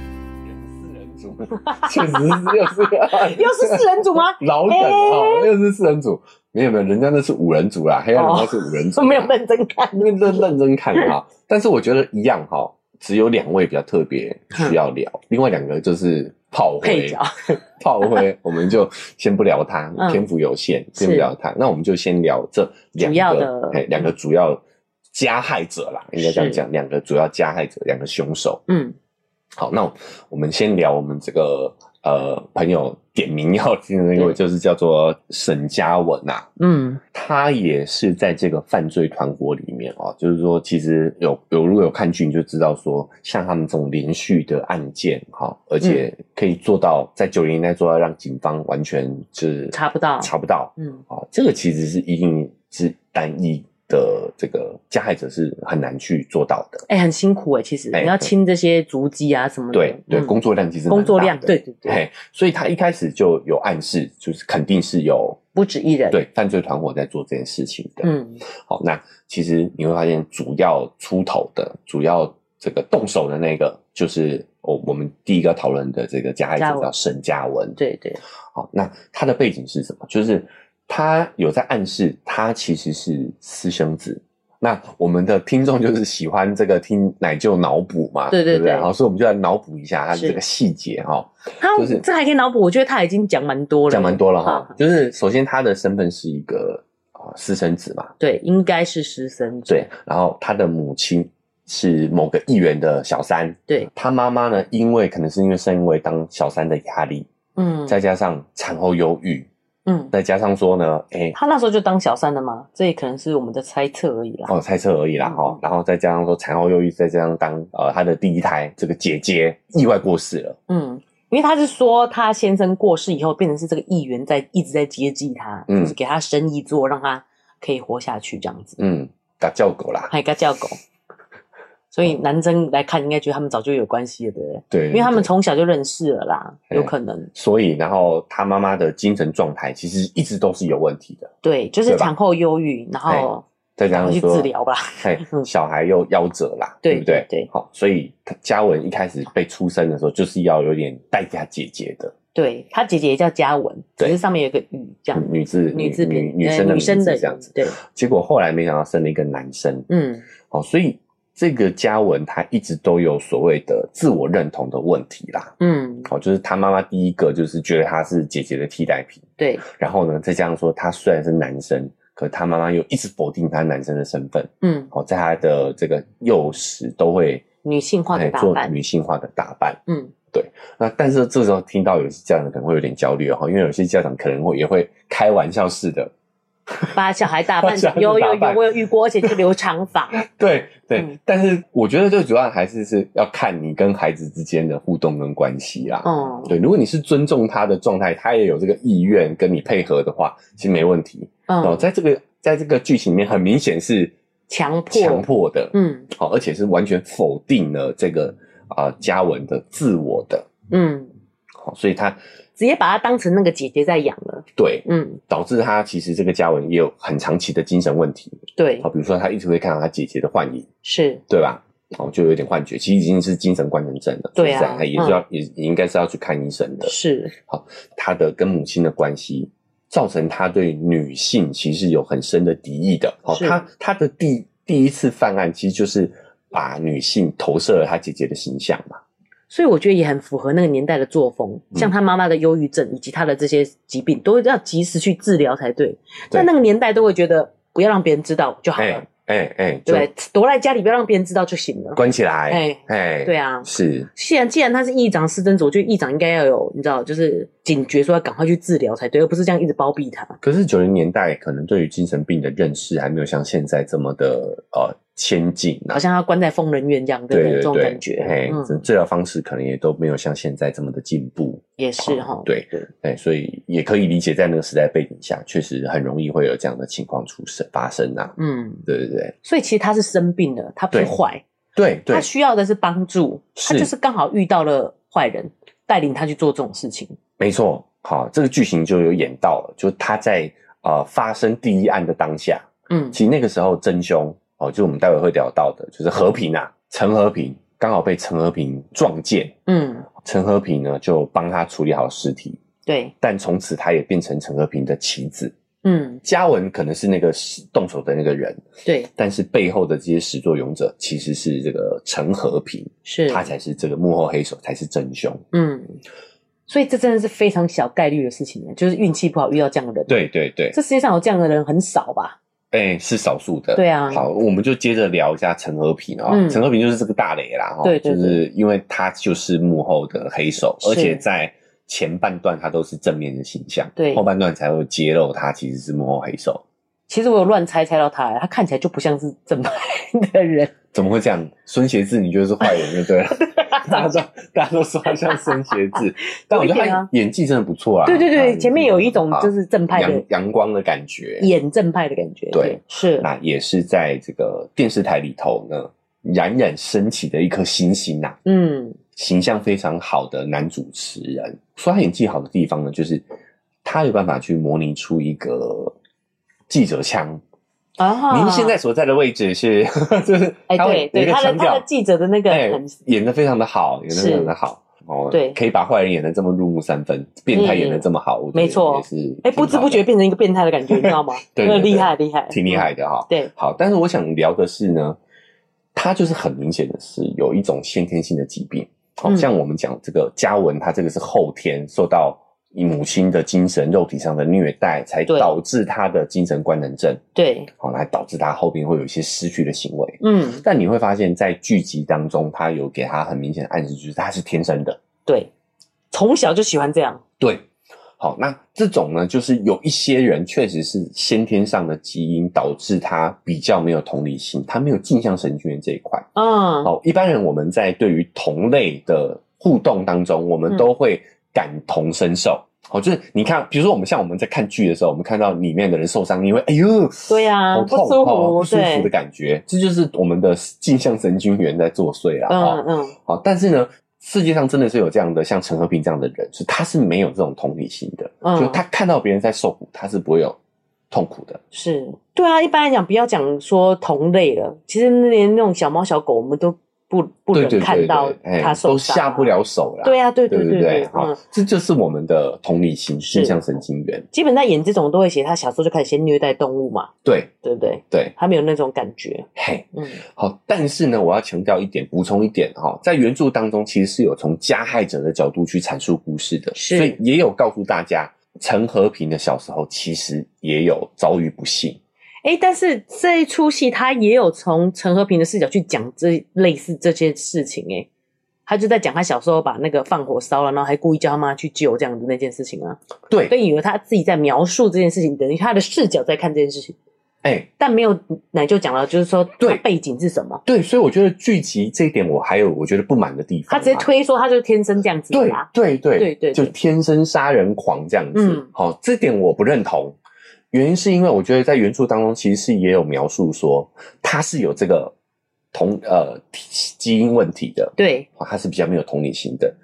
S4: 四人组， 确实是又是
S3: 又是四人组吗？
S4: 老梗哦，又是四人组，没有没有，人家那是五人组啦，黑暗荣耀是五人组
S3: 我哦
S4: 啦，
S3: 没有认真看。
S4: 认认认真看 哈。但是我觉得一样哈，只有两位比较特别需要聊，另外两个就是炮
S3: 配
S4: 灰
S3: 角，
S4: 炮灰，我们就先不聊他，
S3: 嗯
S4: 篇幅有限，先不
S3: 是
S4: 聊他。那我们就先聊这两
S3: 主要
S4: 个
S3: 的，
S4: 哎，两个主要加害者啦，应该这样讲，两个主要加害者，两个凶手。
S3: 嗯，
S4: 好，那我们先聊我们这个呃朋友点名 要听的那位，
S3: 对
S4: 就是叫做沈嘉文啊呐、
S3: 嗯，
S4: 他也是在这个犯罪团伙里面哦，就是说其实有有如果有看剧你就知道说，像他们这种连续的案件哈、而且
S3: 嗯
S4: 可以做到在九零年代做到让警方完全就是
S3: 查不到
S4: 查不到
S3: 嗯，
S4: 啊、哦，这个其实是一定是单一的这个加害者是很难去做到的。
S3: 哎、很辛苦哎、其实、
S4: 哎
S3: 你要清这些足迹啊什么的，
S4: 对对，
S3: 嗯
S4: 工作量其实蛮
S3: 工作
S4: 大
S3: 量
S4: 的
S3: 对对对
S4: 嘿，所以他一开始就有暗示，就是肯定是有
S3: 不止一人，，
S4: 对犯罪团伙在做这件事情的。，
S3: 嗯，
S4: 好，那其实你会发现，主要出头的、主要这个动手的那个，就是我我们第一个讨论的这个加害
S3: 嘉
S4: 者
S3: 文
S4: 叫沈嘉文。，
S3: 对对，
S4: 好，那他的背景是什么？就是他有在暗示，他其实是私生子。那我们的听众就是喜欢这个听奶舅脑补嘛，
S3: 对对
S4: 对不对，
S3: 对
S4: 好，所以我们就来脑补一下他的
S3: 是
S4: 这个细节哈、
S3: 他、
S4: 就是
S3: 这还可以脑补，我觉得他已经讲蛮多了，
S4: 讲蛮多了哈
S3: 啊，
S4: 就是首先他的身份是一个啊私生子嘛，
S3: 对，应该是师生
S4: 对，然后他的母亲是某个议员的小三，
S3: 对，
S4: 他妈妈呢，因为可能是因为身为当小三的压力，
S3: 嗯
S4: 再加上产后忧郁，
S3: 嗯，
S4: 再加上说呢，哎，
S3: 他那时候就当小三了嘛，这也可能是我们的猜测而已啦。
S4: 哦，猜测而已啦哈
S3: 嗯，
S4: 然后再加上说产后忧郁，再加上当呃他的第一胎这个姐姐意外过世了，
S3: 嗯，因为他是说他先生过世以后，变成是这个议员在一直在接济他，
S4: 嗯
S3: 就是给他生意做，让他可以活下去这样子，
S4: 嗯，打叫狗啦，
S3: 还有个叫狗。所以男生来看，应该觉得他们早就有关系了，对不对？
S4: 对，
S3: 因为他们
S4: 对
S3: 从小就认识了啦，
S4: 对
S3: 有可能
S4: 所以然后他妈妈的精神状态其实一直都是有问题的，
S3: 对，就是
S4: 对吧
S3: 产后忧郁，然后
S4: 再加
S3: 然后去
S4: 上说
S3: 治疗 吧。嗯
S4: 哎，小孩又夭折啦，
S3: 对
S4: 不对？
S3: 对对
S4: 好，所以他嘉文一开始被出生的时候，就是要有点待嫁姐姐的
S3: 对他姐姐也叫嘉文，只
S4: 对
S3: 是上面有一个雨这样，
S4: 女字
S3: 女字
S4: 女
S3: 边
S4: 女
S3: 呃
S4: 生的
S3: 女
S4: 名
S3: 生
S4: 字
S3: 的
S4: 这样子。
S3: 对，
S4: 结果后来没想到生了一个男生，
S3: 嗯，
S4: 哦，所以这个嘉文他一直都有所谓的自我认同的问题啦。
S3: 嗯，
S4: 哦，就是他妈妈第一个就是觉得他是姐姐的替代品，
S3: 对，
S4: 然后呢，再加上说他虽然是男生，可他妈妈又一直否定他男生的身份，
S3: 嗯，
S4: 哦，在他的这个幼时都会
S3: 女性化的
S4: 哎
S3: 打
S4: 做
S3: 扮，
S4: 女性化的打扮。
S3: 嗯，
S4: 那但是这时候听到有些家长可能会有点焦虑哦，因为有些家长可能会也会开玩笑似的
S3: 把小孩打扮
S4: 把小孩，
S3: 有有
S4: 打
S3: 有
S4: 扮，
S3: 我有遇过，而且就留长 发。
S4: 对对、
S3: 嗯
S4: 但是我觉得最主要还是是要看你跟孩子之间的互动跟关系啦。
S3: 哦，
S4: 对，如果你是尊重他的状态，他也有这个意愿跟你配合的话，其实没问题。哦，
S3: 嗯，
S4: 在这个在这个剧情里面，很明显是
S3: 强迫，
S4: 强迫的，
S3: 嗯
S4: 好、而且是完全否定了这个啊、嘉文的自我的，
S3: 嗯，
S4: 好、所以他
S3: 直接把他当成那个姐姐在养了。
S4: 对
S3: 嗯，
S4: 导致他其实这个嘉文也有很长期的精神问题，
S3: 对
S4: 好、，比如说他一直会看到他姐姐的幻影，
S3: 是，
S4: 对吧？哦，就有点幻觉，其实已经是精神官能症了，
S3: 对啊
S4: 是不是他也是要、也也应该是要去看医生的。
S3: 是，
S4: 他的跟母亲的关系，造成他对女性其实有很深的敌意的。好、
S3: 是
S4: 他他的第第一次犯案其实就是把女性投射了他姐姐的形象嘛。
S3: 所以我觉得也很符合那个年代的作风。
S4: 嗯
S3: 像他妈妈的忧郁症以及他的这些疾病，都要及时去治疗才对。在那个年代，都会觉得不要让别人知道就好了
S4: 哎，哎哎，就
S3: 啊对不对，躲在家里不要让别人知道就行了。
S4: 关起来。
S3: 哎
S4: 哎，
S3: 对啊
S4: 是
S3: 既然既然他是议长私生子，我觉得议长应该要有，你知道，就是警觉，说要赶快去治疗才对，而不是这样一直包庇他。
S4: 可是九零年代可能对于精神病的认识还没有像现在这么的呃先进啊
S3: 好。像要关在疯人院这样，对不
S4: 对
S3: 对？
S4: 对
S3: 这种
S4: 对
S3: 感觉，，
S4: 嘿
S3: 嗯，
S4: 治疗方式可能也都没有像现在这么的进步，
S3: 也是哈。
S4: 对
S3: 对，
S4: 哎，所以也可以理解，在那个时代背景下，确实很容易会有这样的情况出生发生啊，
S3: 嗯，
S4: 对对对
S3: 所以其实他是生病了，他不是
S4: 对
S3: 坏，
S4: 对对
S3: 他，需要的是帮助，他
S4: 是
S3: 就是刚好遇到了坏人，带领他去做这种事情。
S4: 没错，好，这个剧情就有演到了，就是他在呃发生第一案的当下，
S3: 嗯，
S4: 其实那个时候真凶哦，就是我们待会会聊到的，就是和平啊，陈和平刚好被陈和平撞见，
S3: 嗯，
S4: 陈和平呢就帮他处理好尸体，
S3: 对，
S4: 但从此他也变成陈和平的棋子。
S3: 嗯，
S4: 嘉文可能是那个动手的那个人，
S3: 对，
S4: 但是背后的这些始作俑者其实是这个陈和平，
S3: 是，
S4: 他才是这个幕后黑手，才是真凶。
S3: 嗯，所以这真的是非常小概率的事情，欸就是运气不好遇到这样的人。，
S4: 对对对，
S3: 这世界上有这样的人很少吧？
S4: 哎、是少数的。
S3: 对啊
S4: 好，我们就接着聊一下陈和平啊、
S3: 嗯
S4: 陈和平就是这个大雷啦，哈，
S3: 对对对
S4: 就是因为他就是幕后的黑手，
S3: 是
S4: 而且在前半段他都是正面的形象，
S3: 对
S4: 后半段才会揭露他其实是幕后黑手。
S3: 其实我有乱猜猜到他，他看起来就不像是正派的 人。
S4: 怎么会这样？孙协志，你觉得是坏人就对了。 大家都大家都说他像孙协志，但我觉得
S3: 有一点
S4: 他
S3: 啊
S4: 演技真的不错啊。
S3: 对对对，
S4: 啊
S3: 前面有一种就是正派
S4: 阳
S3: 的
S4: 阳光的感觉。
S3: 演正派的感觉。
S4: 对，
S3: 是，
S4: 那也是在这个电视台里头呢，冉冉升起的一颗星星呐、啊
S3: 嗯，
S4: 形象非常好的男主持人。说他演技好的地方呢，就是他有办法去模拟出一个记者腔。
S3: 啊，
S4: 您现在所在的位置是， 就是
S3: 哎，
S4: 他
S3: 对
S4: 会有一
S3: 对，
S4: 个
S3: 他的
S4: 腔
S3: 他
S4: 调
S3: 的，记者的那个
S4: 哎
S3: 很，
S4: 演的非常的好，演的非常的好。哦，
S3: 对
S4: 可以把坏人演的这么入木三分，变态演的这么好，我觉得
S3: 没错
S4: 也是
S3: 哎，
S4: 挺
S3: 不知
S4: 好
S3: 不
S4: 的？
S3: 觉变成一个变态的感觉，你知道吗
S4: 对对对
S3: 厉害厉害，
S4: 挺厉害
S3: 嗯。
S4: 的哈、
S3: 对，
S4: 好，但是我想聊的是呢，他就是很明显的是有一种先天性的疾病，好、
S3: 嗯
S4: 像我们讲这个嘉文，他这个是后天受到母亲的精神、肉体上的虐待，才
S3: 对
S4: 导致他的精神官能症，
S3: 对，
S4: 好、来导致他后边会有一些失去的行为。
S3: 嗯，
S4: 但你会发现在剧集当中，他有给他很明显的暗示，就是他是天生的。
S3: 对，从小就喜欢这样，
S4: 对，好，那这种呢，就是有一些人确实是先天上的基因导致他比较没有同理心，他没有镜像神经元这一块。
S3: 嗯，
S4: 好，一般人我们在对于同类的互动当中，我
S3: 嗯
S4: 们都会感同身受。好，就是你看，比如说我们像我们在看剧的时候，我们看到里面的人受伤，你会哎呦，
S3: 对啊
S4: 好
S3: 不
S4: 痛
S3: 舒服
S4: 哦不舒服
S3: 对
S4: 的感觉，这就是我们的镜像神经元在作祟啊。哦
S3: 嗯嗯，
S4: 好，但是呢，世界上真的是有这样的，像陈和平这样的人，是他是没有这种同理心的，
S3: 嗯
S4: 就他看到别人在受苦，他是不会有痛苦的。
S3: 是对啊。一般来讲，不要讲说同类了，其实连那种小猫小狗，我们都不不
S4: 对对
S3: 忍
S4: 对
S3: 看
S4: 对
S3: 到
S4: 哎
S3: 它受
S4: 都
S3: 伤啊，
S4: 下不了手啦。
S3: 对啊，对
S4: 对
S3: 对
S4: 对
S3: 对对，
S4: 好
S3: 嗯，，
S4: 这就是我们的同理心、
S3: 是
S4: 镜像神经元。
S3: 基本在演这种都会写他小时候就开始先虐待动物嘛，
S4: 对
S3: 对不对？
S4: 对，
S3: 他没有那种感觉，
S4: 嘿，
S3: 嗯，
S4: 好，但是呢，我要强调一点，补充一点哈、在原著当中其实是有从加害者的角度去阐述故事的，
S3: 是
S4: 所以也有告诉大家，陈和平的小时候其实也有遭遇不幸。
S3: 哎，但是这一出戏他也有从陈和平的视角去讲这类似这些事情，哎，他就在讲他小时候把那个放火烧了，然后还故意叫他妈去救这样子那件事情啊。
S4: 对
S3: 所，以以为他自己在描述这件事情，等于他的视角在看这件事情，
S4: 哎、
S3: 但没有奶就讲了，就是说他
S4: 对
S3: 背景是什么，
S4: 对，所以我觉得剧集这一点我还有我觉得不满的地方，啊
S3: 他直接。推说他就是天生这样子的
S4: 对
S3: 啦。
S4: 对对
S3: 对对对
S4: 就天生杀人狂这样子
S3: 嗯。
S4: 好、这点我不认同。原因是因为我觉得在原著当中其实是也有描述说他是有这个同呃基因问题的，
S3: 对
S4: 啊他是比较没有同理心的。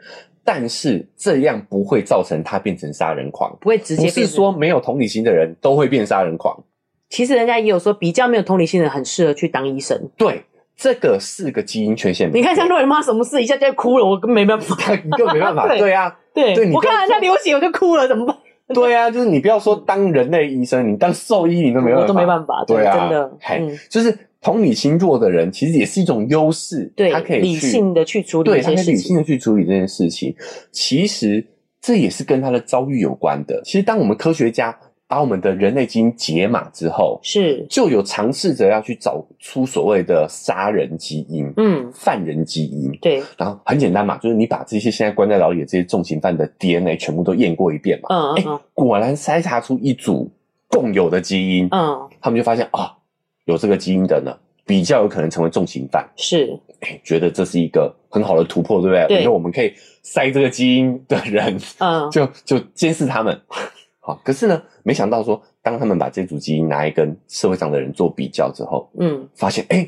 S4: 但是这样不会造成他变成杀人狂。
S3: 不会直接变
S4: 不
S3: 成
S4: 是说没有同理心的人都会变杀人狂，
S3: 其实人家也有说，比较没有同理心的人很适合去当医生。
S4: 对，这个是个基因缺陷。
S3: 你看，像洛人妈什么事一下就哭了，我根本没办法。
S4: 你更没办 法，
S3: 对
S4: 对啊，
S3: 对，
S4: 对你
S3: 我看到
S4: 不要
S3: 人家流血我就哭了，怎么办？
S4: 对啊，就是你不要说当人类医生， 你当兽医你都没办法，
S3: 我都没办法，
S4: 对啊，
S3: 真的，
S4: 嘿，
S3: 嗯，
S4: 就是同理心弱的人，其实也是一种优势，
S3: 对，
S4: 他可以去
S3: 理性的去处理
S4: 对，
S3: 一
S4: 他
S3: 些
S4: 可以
S3: 事
S4: 理性
S3: 情，
S4: 的去处理这件事情。其实这也是跟他的遭遇有关的。其实当我们科学家把我们的人类基因解码之后，
S3: 是，
S4: 就有尝试着要去找出所谓的杀人基因、
S3: 嗯，
S4: 犯人基因。
S3: 对，
S4: 然后很简单嘛，就是你把这些现在关在牢里的这些重刑犯的 DNA 全部都验过一遍嘛，
S3: 嗯
S4: 哎
S3: 嗯
S4: 果然筛查出一组共有的基因，
S3: 嗯，
S4: 他们就发现啊、有这个基因的呢，比较有可能成为重刑犯，
S3: 是，
S4: 哎觉得这是一个很好的突破，对不对？
S3: 对
S4: 因为我们可以筛这个基因的人，
S3: 嗯，
S4: 就就监视他们。好，可是呢，没想到说，当他们把这组基因拿来跟社会上的人做比较之后，
S3: 嗯，
S4: 发现哎、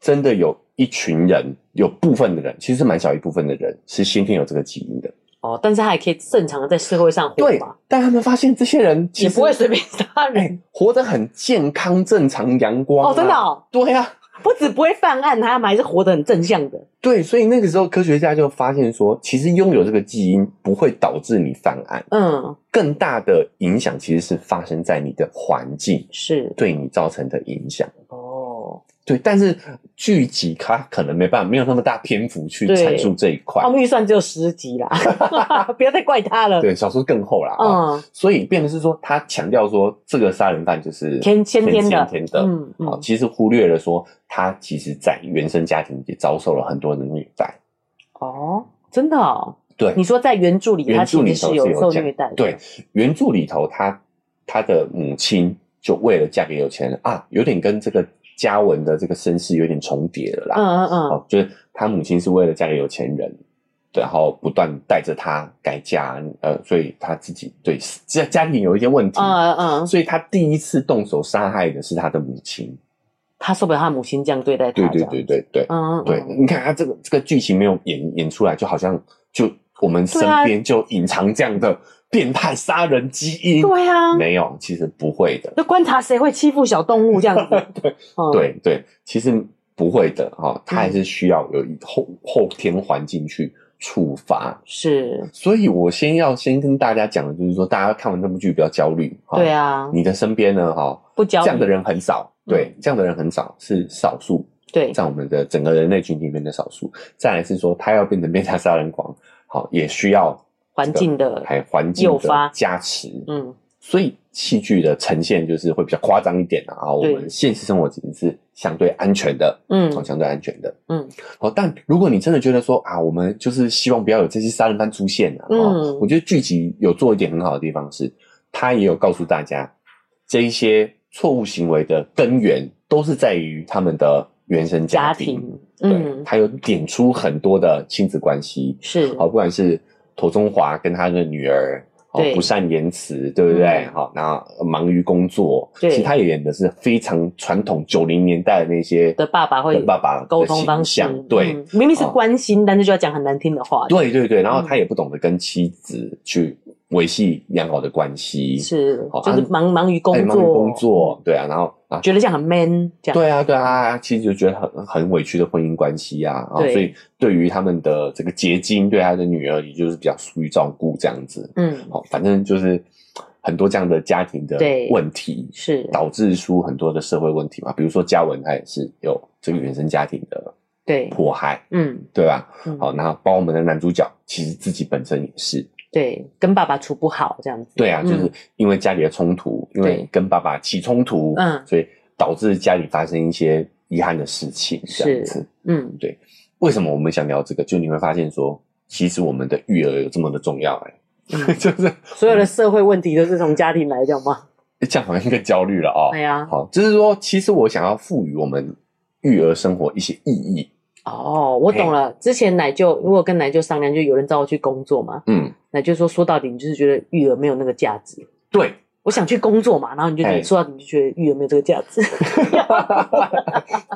S4: 真的有一群人，有部分的人，其实蛮小一部分的人是先天有这个基因的，
S3: 哦，但是他也可以正常的在社会上活
S4: 对
S3: 嘛，。
S4: 但他们发现这些人其
S3: 也
S4: 实
S3: 不会随便杀
S4: 哎、
S3: 人，
S4: 活得很健康、正常、阳光啊、
S3: 哦真的哦
S4: 对啊，
S3: 不止不会犯案，他们还是活得很正向的，
S4: 对，所以那个时候科学家就发现说，其实拥有这个基因不会导致你犯案，
S3: 嗯，
S4: 更大的影响其实是发生在你的环境
S3: 是，
S4: 对你造成的影响。
S3: 哦，
S4: 对，但是剧集它可能没办法，没有那么大篇幅去
S3: 对
S4: 阐述这一块
S3: 他。们预算只有十集 啦， 不要再怪他了，
S4: 对，小说更厚啦。哦
S3: 嗯，
S4: 所以变的是说，他强调说这个杀人犯就是
S3: 天先天的，
S4: 天的，
S3: 嗯
S4: 哦，
S3: 嗯，
S4: 其实忽略了说他其实在原生家庭也遭受了很多的虐待。
S3: 哦，真的哦，
S4: 对
S3: 你说在原著里，他
S4: 原著
S3: 其
S4: 里
S3: 实是
S4: 头是
S3: 有受
S4: 讲
S3: 虐待的，
S4: 对，原著里头他他的母亲就为了嫁给有钱人啊，有点跟这个嘉文的这个身世有点重叠了啦。
S3: 嗯嗯嗯，
S4: 哦，就是他母亲是为了嫁给有钱人，然后不断带着他改嫁，呃，所以他自己对家家庭有一些问题，
S3: 嗯嗯，嗯
S4: 所以他第一次动手杀害的是他的母亲。
S3: 他受不了他母亲这样对待
S4: 对
S3: 他，
S4: 对对，对对、
S3: 嗯，嗯
S4: 对，
S3: 嗯
S4: 你看他这个这个剧情没有演演出来，就好像就我们身
S3: 对啊
S4: 边就隐藏这样的变态杀人基因。
S3: 对啊，嗯
S4: 没有，其实不会的。
S3: 就观察谁会欺负小动物这样子，哦对，
S4: 对对，其实不会的哈、哦，他
S3: 嗯
S4: 还是需要有一后后天环境去触发。
S3: 是，
S4: 所以我先要先跟大家讲的就是说，大家看完这部剧不要焦虑哈。
S3: 对，啊，
S4: 你的身边呢哈、
S3: 不焦
S4: 这
S3: 虑
S4: 样的人很少，
S3: 嗯
S4: 对，这样的人很少，是少数，
S3: 对，
S4: 在我们的整个人类群体里面的少数。再来是说，他要变成 变态杀人狂，好、也需要
S3: 环境的
S4: 这个还环境
S3: 诱发
S4: 的加持，
S3: 嗯，
S4: 所以戏剧的呈现就是会比较夸张一点啊。我
S3: 对
S4: 们现实生活其实是相对安全的，
S3: 嗯
S4: 哦相对安全的，
S3: 嗯。
S4: 好，但如果你真的觉得说啊，我们就是希望不要有这些杀人犯出现啊，哦
S3: 嗯
S4: 我觉得剧集有做一点很好的地方是，他也有告诉大家，这一些错误行为的根源都是在于他们的原生
S3: 家
S4: 家庭。
S3: 庭，
S4: 对，
S3: 嗯，
S4: 他有点出很多的亲子关系，
S3: 是，
S4: 好，不管是涂中华跟他的女儿，好
S3: 对
S4: 不善言辞，对不对？
S3: 嗯
S4: 好，然后忙于工作，
S3: 对
S4: 其实他也演的是非常传统九零年代的那些
S3: 的爸爸会
S4: 的爸爸的
S3: 沟通方式
S4: 形象，对。
S3: 嗯明明是
S4: 哦
S3: 关心，但是就要讲很难听的话，
S4: 对对对，然后
S3: 嗯
S4: 他也不懂得跟妻子去维系良好的关系，
S3: 是
S4: 好，
S3: 就是
S4: 他
S3: 忙忙于工
S4: 哎
S3: 作，
S4: 忙于工，作，对啊，然后啊，
S3: 觉得这样很 man，这样，
S4: 对啊，对啊，其实就觉得很很委屈的婚姻关系啊，啊，
S3: 对
S4: 所以对于他们的这个结晶，对他的女儿，也就是比较疏于照顾这样子，
S3: 嗯，
S4: 好，哦反正就是很多这样的家庭的
S3: 对
S4: 问题，
S3: 是，
S4: 导致出很多的社会问题嘛。比如说嘉文他也是有这个原生家庭的
S3: 对，
S4: 迫害，
S3: 嗯，
S4: 对吧？
S3: 嗯
S4: 好，，那包括我们的男主角其实自己本身也是，
S3: 对，跟爸爸处不好这样子，
S4: 对啊，就
S3: 嗯
S4: 是因为家里的冲突，因为跟爸爸起冲突，
S3: 嗯
S4: 所以导致家里发生一些遗憾的事情，这样子。
S3: 嗯，
S4: 对，为什么我们想聊这个？就你会发现说，其实我们的育儿有这么的重要、哎，
S3: 嗯
S4: 就是
S3: 所有的社会问题都是从家庭来讲嘛。
S4: 这样好像更焦虑了哦。
S3: 对啊呀
S4: 好，就是说，其实我想要赋予我们育儿生活一些意义。
S3: 哦，我懂了。之前奶舅，如果跟奶舅商量，就有人找我去工作嘛。
S4: 嗯，
S3: 奶舅说，说到底，你就是觉得育儿没有那个价值。
S4: 对，
S3: 我想去工作嘛，然后你就觉得
S4: 哎
S3: 说到底，你就觉得育儿没有这个价 值。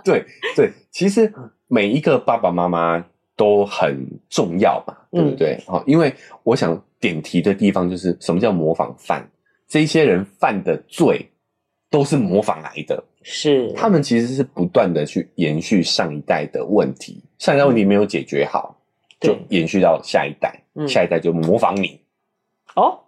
S4: 对，对。其实每一个爸爸妈妈都很重要嘛，
S3: 嗯
S4: 对不对？好、因为我想点题的地方就是什么叫模仿犯？这些人犯的罪都是模仿来的。
S3: 是，
S4: 他们其实是不断的去延续上一代的问题，上一代问题没有解决好，
S3: 嗯对
S4: 就延续到下一代，
S3: 嗯
S4: 下一代就模仿你。
S3: 哦，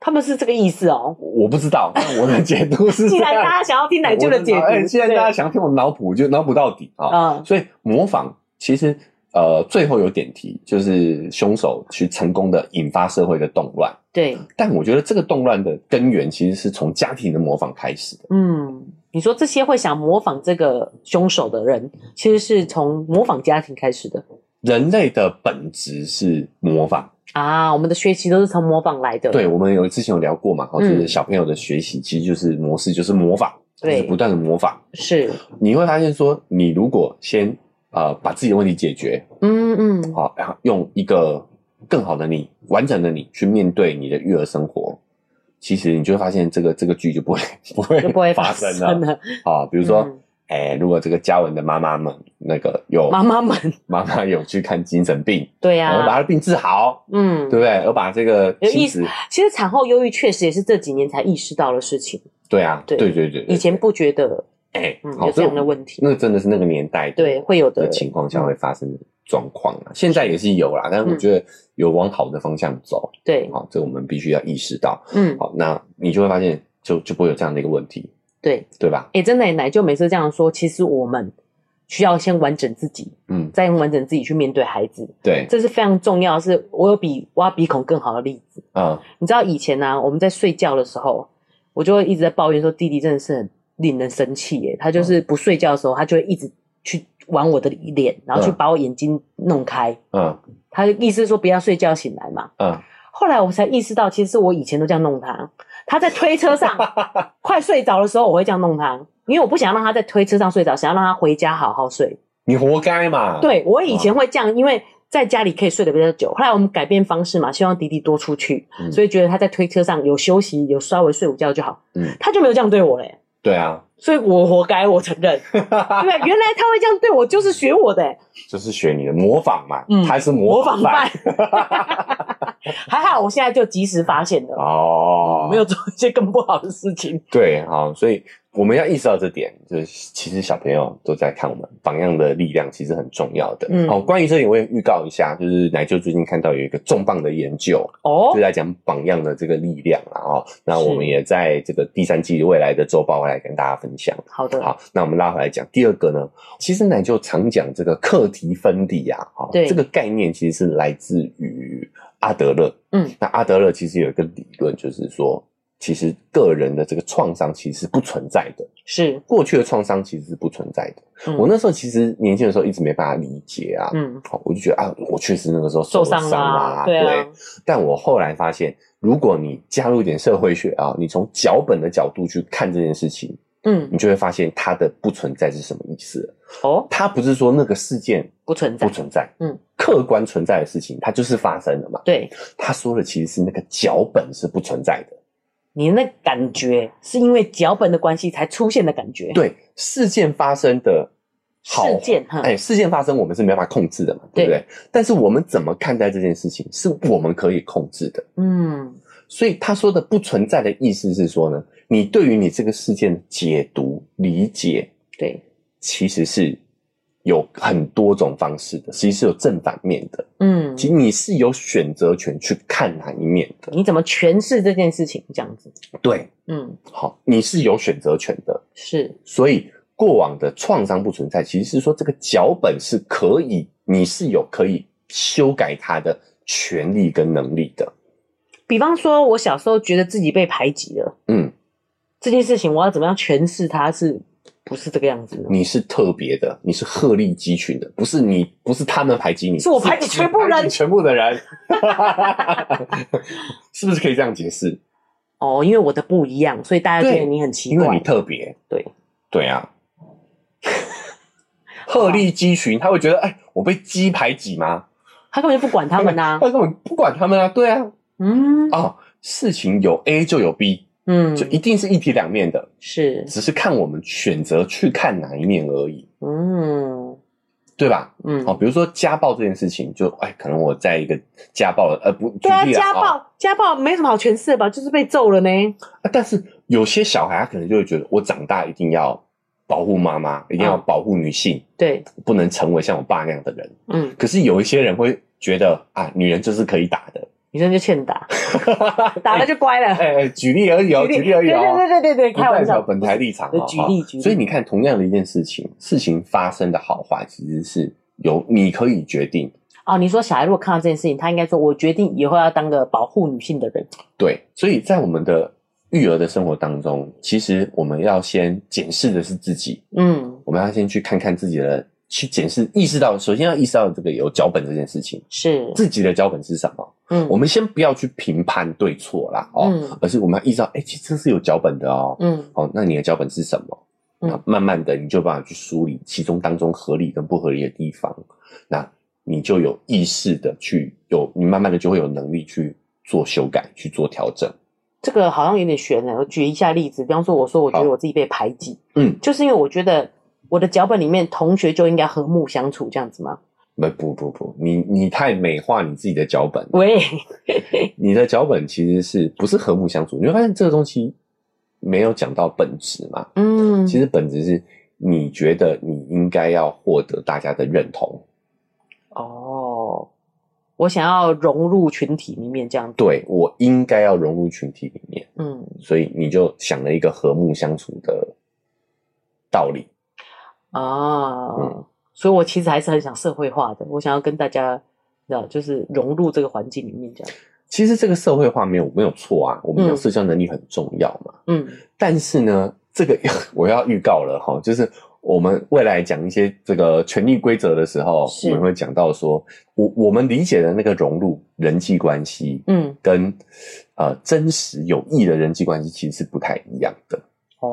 S3: 他们是这个意思哦。
S4: 我我不知道，但我的解读 是
S3: 既
S4: 这
S3: 然
S4: 样。
S3: 大家想要听 奶舅的解
S4: 我
S3: 读，
S4: 不知道哎既然大家
S3: 对
S4: 想听我脑补，就脑补到底啊。
S3: 嗯
S4: 所以模仿其实呃，最后有点题，就是凶手去成功的引发社会的动乱。
S3: 对，
S4: 但我觉得这个动乱的根源其实是从家庭的模仿开始的。
S3: 嗯，你说这些会想模仿这个凶手的人，其实是从模仿家庭开始的
S4: 人类的本质是模仿。
S3: 啊。我们的学习都是从模仿来的。
S4: 对，我们有之前有聊过嘛，哦，就
S3: 嗯
S4: 是小朋友的学习其实就是模式，就是模仿，
S3: 对
S4: 就是不断的模仿。
S3: 是，
S4: 你会发现说，你如果先呃把自己的问题解决
S3: 嗯嗯，
S4: 好，然后用一个更好的你、完整的你去面对你的育儿生活，其实你就会发现这个这个剧就不会不会
S3: 嗯就不会
S4: 发
S3: 发
S4: 生
S3: 生
S4: 了
S3: 了。
S4: 啊。比如说
S3: 嗯，
S4: 哎、如果这个嘉文的妈妈们那个有
S3: 妈妈们，
S4: 妈妈有去看精神病，
S3: 对
S4: 然后把她
S3: 呀、
S4: 的病治好，
S3: 嗯
S4: 对，不对？而把这个
S3: 有
S4: 妻
S3: 意思
S4: 子。
S3: 其实产后忧郁确实也是这几年才意识到的事情，
S4: 对啊，
S3: 对
S4: 对对对，对
S3: 以前不觉得，
S4: 哎，
S3: 嗯，
S4: 好
S3: 有这样的问题，
S4: 那真的是那个年代的
S3: 对，嗯会有
S4: 的
S3: 的
S4: 情况下会发生的状况啊。现在也是有啦，但
S3: 嗯
S4: 是我觉得有往好的方向走，
S3: 对，
S4: 好，这我们必须要意识到。
S3: 嗯，
S4: 好，那你就会发现就就不会有这样的一个问题，
S3: 对，
S4: 对吧？
S3: 哎，真的耶，奶舅每次这样说，其实我们需要先完整自己，
S4: 嗯，
S3: 再用完整自己去面对孩子，
S4: 对，
S3: 这是非常重要的是。我有比挖鼻孔更好的例子，
S4: 啊，
S3: 你知道以前呢、我们在睡觉的时候，我就会一直在抱怨说弟弟真的是很令人生气耶，他就是不睡觉的时候，他就会一直去玩我的脸，然后去
S4: 嗯
S3: 把我眼睛弄开，
S4: 嗯
S3: 他就意思说不要睡觉醒来嘛。
S4: 嗯，
S3: 后来我才意识到，其实我以前都这样弄他。他在推车 上快睡着的时候，我会这样弄他，因为我不想让他在推车上睡着，想要让他回家好好睡。
S4: 你活该嘛。，
S3: 对我以前会这样，因为在家里可以睡得比较久。后来我们改变方式嘛，希望迪迪多出去，
S4: 嗯
S3: 所以觉得他在推车上有休息，有稍微睡午觉就好。
S4: 嗯
S3: 他就没有这样对我嘞，
S4: 对啊，
S3: 所以我活该，我承 认。对，原来他会这样对我，就是学我的、
S4: 就是学你的模仿嘛
S3: 嗯，
S4: 他是
S3: 模
S4: 模
S3: 仿
S4: 仿
S3: 犯
S4: 犯。。
S3: 还好我现在就及时发现了，
S4: 哦，
S3: 没有做一些更不好的事情。
S4: 对，好，所以我们要意识到这点，就是其实小朋友都在看我们榜样的力量，其实很重要的。
S3: 嗯
S4: 好，关于这里我也预告一下，就是奶舅最近看到有一个重磅的研究，
S3: 哦
S4: 就，在讲榜样的这个力量啊。哦，那
S3: 是
S4: 我们也在这个第三季未来的周报会来跟大家分享。
S3: 好的，
S4: 好，那我们拉回来讲第二个呢，其实奶舅常讲这个课题分离啊，好、
S3: 对
S4: 这个概念其实是来自于阿德勒。
S3: 嗯，
S4: 那阿德勒其实有一个理论，就是说，其实个人的这个创伤其实是不存在的，
S3: 是，
S4: 过去的创伤其实是不存在的。
S3: 嗯
S4: 我那时候其实年轻的时候一直没办法理解啊，
S3: 嗯，
S4: 好，我就觉得啊，我确实那个时候
S3: 受
S4: 伤
S3: 伤啦，对啊，
S4: 但我后来发现，如果你加入一点社会学啊，你从脚本的角度去看这件事情，
S3: 嗯，
S4: 你就会发现它的不存在是什么意思了。
S3: 哦，
S4: 它不是说那个事件
S3: 不存在
S4: 不，存在，
S3: 嗯，
S4: 客观存在的事情，它就是发生了嘛。
S3: 对
S4: 他说的其实是那个脚本是不存在的，
S3: 你那感觉是因为脚本的关系才出现的感觉，，
S4: 对事件发生的好
S3: 事件哈，
S4: 哎，事件发生我们是没办法控制的嘛，对不
S3: 对
S4: 对？但是我们怎么看待这件事情，是我们可以控制的。
S3: 嗯，
S4: 所以他说的不存在的意思是说呢，你对于你这个事件的解读、理解，
S3: 对，
S4: 其实是有很多种方式的，其实是有正反面的，
S3: 嗯，
S4: 其实你是有选择权去看哪一面的。
S3: 你怎么诠释这件事情这样子？
S4: 对，
S3: 嗯，
S4: 好，你是有选择权的，
S3: 是，
S4: 所以过往的创伤不存在，其实是说这个脚本是可以，你是有可以修改它的权利跟能力的。
S3: 比方说，我小时候觉得自己被排挤了
S4: 嗯，
S3: 这件事情，我要怎么样诠释它是不不是这个样子的，
S4: 你是特别的，你是鹤立鸡群的，不是你，不是他们排挤你，
S3: 是我排挤全部人
S4: 是排挤全部的人， 是不是可以这样解释？
S3: 哦，因为我的不一样，所以大家觉得
S4: 对
S3: 你很奇
S4: 因为
S3: 怪
S4: 你。特别，
S3: 对
S4: 对啊， 鹤立鸡群，他会觉得，哎，我被鸡排挤吗？
S3: 他根本就不管他们啊呐、
S4: 他根本不管他们啊，对哎啊，
S3: 嗯
S4: 哦，事情有 A 就有 B，
S3: 嗯
S4: 就，一定是一体两面的，
S3: 是
S4: 只是看我们选择去看哪一面而已，
S3: 嗯
S4: 对吧？
S3: 嗯，
S4: 哦，比如说家暴这件事情，就哎，可能我在一个家暴的，呃，不，
S3: 对啊，
S4: 举例啦
S3: 家暴、
S4: 哦
S3: 家暴没什么好诠释的吧，就是被揍了呢。
S4: 啊但是有些小孩他可能就会觉得，我长大一定要保护妈妈，一定要
S3: 嗯
S4: 保护女性，
S3: 对，
S4: 不能成为像我爸那样的人。
S3: 嗯，
S4: 可是有一些人会觉得啊，女人就是可以打的，
S3: 女生就欠打， 打了就乖了。
S4: 哎、哎举例而已哦，举例而已哦，
S3: 对对对对对，
S4: 不
S3: 开
S4: 代
S3: 玩
S4: 表
S3: 笑，
S4: 本台立场
S3: 对
S4: 哦。
S3: 举例
S4: 哈
S3: 举例
S4: 所以你看，同样的一件事情，事情发生的好坏其实是由你可以决定，
S3: 哦，你说小孩如果看到这件事情，他应该说：“我决定以后要当个保护女性的人。
S4: 对，所以在我们的育儿的生活当中，其实我们要先检视的是自己，”
S3: 嗯，
S4: 我们要先去看看自己的，去检视，意识到，首先要意识到这个有脚本这件事情，
S3: 是，
S4: 自己的脚本是什么。
S3: 嗯，
S4: 我们先不要去评判对错啦，哦，
S3: 嗯
S4: 而是我们要意识到，哎、其实这是有脚本的哦，
S3: 嗯
S4: 哦，那你的脚本是什么？
S3: 嗯
S4: 那慢慢的，你就有办法去梳理其中当中合理跟不合理的地方，那你就有意识的去有，你慢慢的就会有能力去做修改，去做调整。
S3: 这个好像有点悬呢。我举一下例子，比方说，我说我觉得
S4: 好
S3: 我自己被排挤，
S4: 嗯，
S3: 就是因为我觉得我的脚本里面同学就应该和睦相处这样子吗？
S4: 不不不不，你你太美化你自己的脚本了，
S3: 喂，
S4: 你的脚本其实是不是和睦相处？你会发现这个东西没有讲到本质嘛，
S3: 嗯，
S4: 其实本质是你觉得你应该要获得大家的认同，
S3: 哦，我想要融入群体里面这样子。
S4: 对我应该要融入群体里面。
S3: 嗯，
S4: 所以你就想了一个和睦相处的道理。
S3: 啊，
S4: 嗯
S3: 所以我其实还是很想社会化的，我想要跟大家，你知道，就是融入这个环境里面这样。
S4: 其实这个社会化没有没有错啊，我们讲
S3: 嗯
S4: 社交能力很重要嘛。
S3: 嗯，
S4: 但是呢，这个 我要预告了哈，就是我们未来讲一些这个权力规则的时候，
S3: 是
S4: 我们会讲到说，我我们理解的那个融入人际关系，
S3: 嗯，
S4: 跟呃真实有益的人际关系其实是不太一样的。哎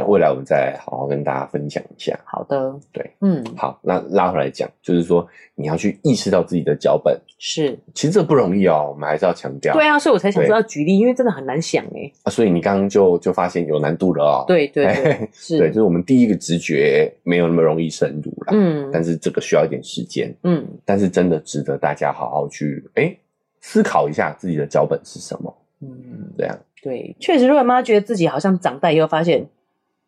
S3: 哦，
S4: 未来我们再好好跟大家分享一下。
S3: 好的，
S4: 对，
S3: 嗯，
S4: 好，那拉回来讲，就是说你要去意识到自己的脚本，
S3: 是，
S4: 其实这不容易哦，我们还是要强调。
S3: 对啊，所以我才想说
S4: 对
S3: 要举例，因为真的很难想哎。
S4: 啊所以你刚刚就就发现有难度了哦。
S3: 对对对，
S4: 哎， 对，就是是我们第一个直觉没有那么容易深入啦，
S3: 嗯
S4: 但是这个需要一点时间，
S3: 嗯，
S4: 但是真的值得大家好好去哎思考一下自己的脚本是什么，
S3: 嗯，
S4: 这样
S3: 对，确实，如果妈妈觉得自己好像长大以后发现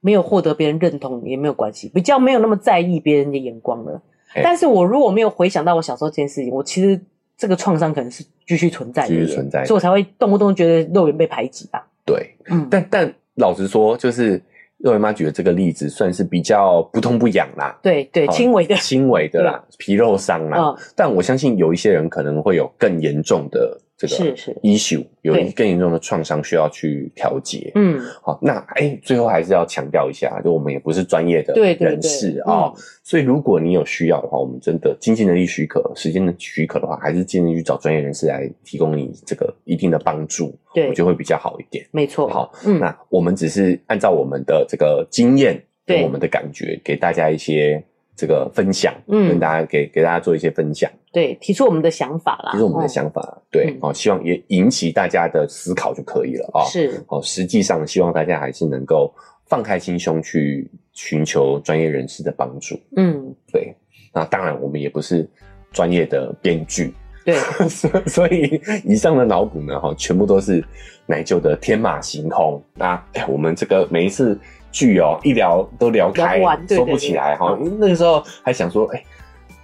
S3: 没有获得别人认同也没有关系，比较没有那么在意别人的眼光了。
S4: 哎
S3: 但是我如果没有回想到我小时候这件事情，我其实这个创伤可能是继续存在的耶，
S4: 继续存在的
S3: 所以我才会动不动觉得肉圆被排挤啊。
S4: 对。
S3: 嗯，
S4: 但但老实说，就是肉圆妈举的这个例子算是比较不痛不痒啦，
S3: 对对，
S4: 好
S3: 轻微的，
S4: 轻微的啦，皮肉伤啦。
S3: 嗯，
S4: 但我相信有一些人可能会有更严重的这个
S3: 是是
S4: issue，有
S3: 对
S4: 更严重的创伤需要去调节。
S3: 嗯，
S4: 好，那哎、最后还是要强调一下，就我们也不是专业的
S3: 对对
S4: 人士
S3: 对
S4: 啊、哦
S3: 嗯
S4: 所以如果你有需要的话，我们真的经济能力许可、时间的许可的话，还是建议去找专业人士来提供你这个一定的帮助，
S3: 对
S4: 我觉得会比较好一点。
S3: 没错。
S4: 好，
S3: 嗯，
S4: 那我们只是按照我们的这个经验
S3: 对
S4: 跟我们的感觉，给大家一些这个分享，
S3: 嗯
S4: 跟大家给给大家做一些分享，
S3: 对，提出我们的想法啦，
S4: 这是我们的
S3: 嗯
S4: 想法，对
S3: 嗯
S4: 哦，希望也引起大家的思考就可以了啊。
S3: 是，
S4: 哦，实际上希望大家还是能够放开心胸去寻求专业人士的帮助。
S3: 嗯，
S4: 对，那当然我们也不是专业的编剧，
S3: 对，
S4: 所所以以上的脑补呢，哈，全部都是奶舅的天马行空。那哎、我们这个每一次剧哦，一聊都聊开，
S3: 聊不完对嗯
S4: 说不起来哈
S3: 对。对
S4: 因为那个时候还想说，哎、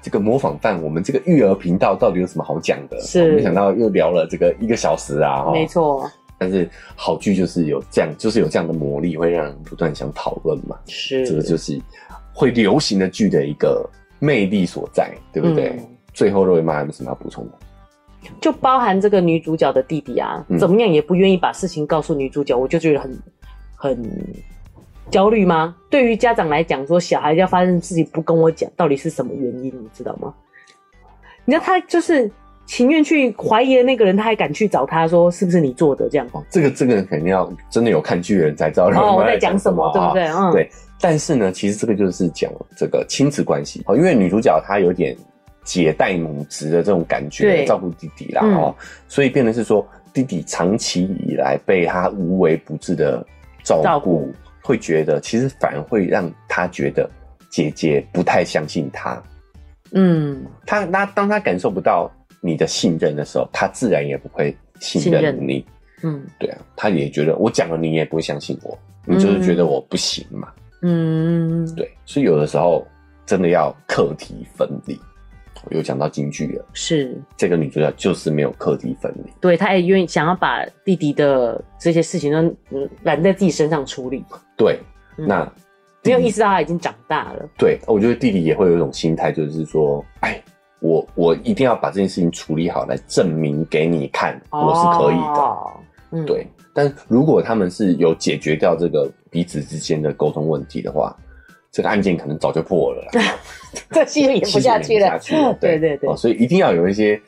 S4: 这个模仿犯，我们这个育儿频道到底有什么好讲的？哦
S3: 是
S4: 没想到又聊了这个一个小时啊，哈
S3: 没。错，
S4: 但是好剧就是有这样，就是有这样的魔力，会让人不断想讨论嘛。
S3: 是，嗯
S4: 这个就是会流行的剧的一个魅力所在，对不对？
S3: 嗯
S4: 最后肉圆妈还有什么要补充的？
S3: 就包含这个女主角的弟弟啊，
S4: 嗯
S3: 怎么样也不愿意把事情告诉女主角，我就觉得很很焦虑吗？对于家长来讲，说小孩要发生事情不跟我讲，到底是什么原因，你知道吗？你知道他就是情愿去怀疑的那个人，他还敢去找他说是不是你做的这样。
S4: 哦，这个这个肯定要真的有看剧的人才知道
S3: 哦，
S4: 我
S3: 我
S4: 们
S3: 在
S4: 在
S3: 讲什么，对
S4: 啊
S3: 不对？嗯，
S4: 对，但是呢，其实这个就是讲这个亲子关系哦，因为女主角她有点姐带母职的这种感觉，
S3: 对
S4: 照顾弟弟啦
S3: 嗯
S4: 哦，所以变成是说弟弟长期以来被她无微不至的照顾，
S3: 照顾
S4: 会觉得其实反而会让他觉得姐姐不太相信他，
S3: 嗯，
S4: 他那当他感受不到你的信任的时候，他自然也不会信
S3: 信
S4: 任
S3: 任
S4: 你。
S3: 嗯
S4: 对啊，他也觉得我讲了你也不会相信我，你就是觉得我不行嘛。
S3: 嗯，
S4: 对，所以有的时候真的要课题分离。有讲到京剧了，
S3: 是
S4: 这个女主角就是没有课题分离，
S3: 对，他也愿意想要把弟弟的这些事情都嗯揽在自己身上处理，
S4: 对，
S3: 嗯
S4: 那
S3: 没有意识到他已经长大了。
S4: 对，我觉得弟弟也会有一种心态，就是说，哎，我我一定要把这件事情处理好，来证明给你看我是可以的。
S3: 哦嗯，
S4: 对，但如果他们是有解决掉这个彼此之间的沟通问题的话，这个案件可能早就破了啦，
S3: 这戏 演不下去了。
S4: 其 实也不下去了对
S3: 对对对
S4: 哦所以一定要有一些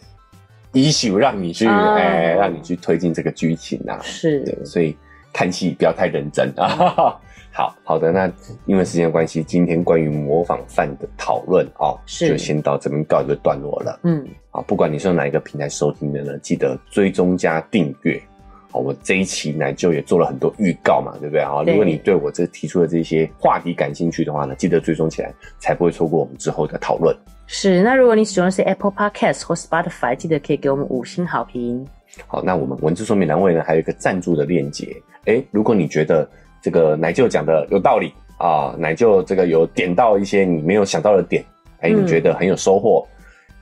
S4: issue 让你去，
S3: 啊
S4: 哎、让你去推进这个剧情啊。
S3: 是
S4: 对，所以看戏不要太认真啊。 好好的，那因为时间关系，今天关于模仿犯的讨论哦，
S3: 是
S4: 就先到这边告一个段落了。
S3: 嗯，
S4: 啊，不管你是用哪一个平台收听的呢，记得追踪加订阅。好，我这一期奶就也做了很多预告嘛，对不对啊？
S3: 对
S4: 如果你对我这提出的这些话题感兴趣的话呢，记得追踪起来，才不会错过我们之后的讨论。
S3: 是。那如果你使用的是 Apple Podcast 或 Spotify，记得可以给我们五星好评。
S4: 好，那我们文字说明栏位呢，还有一个赞助的链接。诶，如果你觉得这个奶舅讲的有道理啊，奶舅这个有点到一些你没有想到的点，诶，
S3: 嗯
S4: 你觉得很有收获，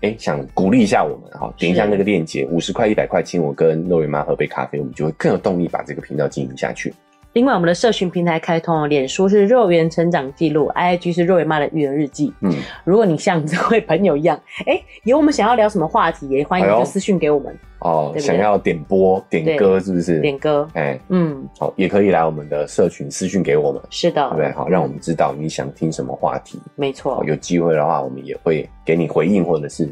S4: 诶，想鼓励一下我们，好，点一下
S3: 是
S4: 那个链接，五十块、一百块，请我跟肉圆妈喝杯咖啡，我们就会更有动力把这个频道经营下去。
S3: 另外，我们的社群平台开通了，脸书是肉圆成长记录，IG 是肉圆妈的育儿日记。
S4: 嗯，
S3: 如果你像这位朋友一样，哎、有我们想要聊什么话题，也欢迎
S4: 哎呦
S3: 就私讯给我们、
S4: 哦，
S3: 对不对
S4: 想要点播点歌是不是？
S3: 点歌。
S4: 诶，
S3: 嗯，
S4: 好，也可以来我们的社群私讯给我们，
S3: 是的，
S4: 对不对？好，让我们知道你想听什么话题。
S3: 没错
S4: 哦，，有机会的话，我们也会给你回应或者是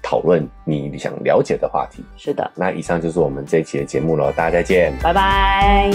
S4: 讨论你想了解的话题。
S3: 是的，
S4: 那以上就是我们这一期的节目了，大家再见。
S3: 拜拜。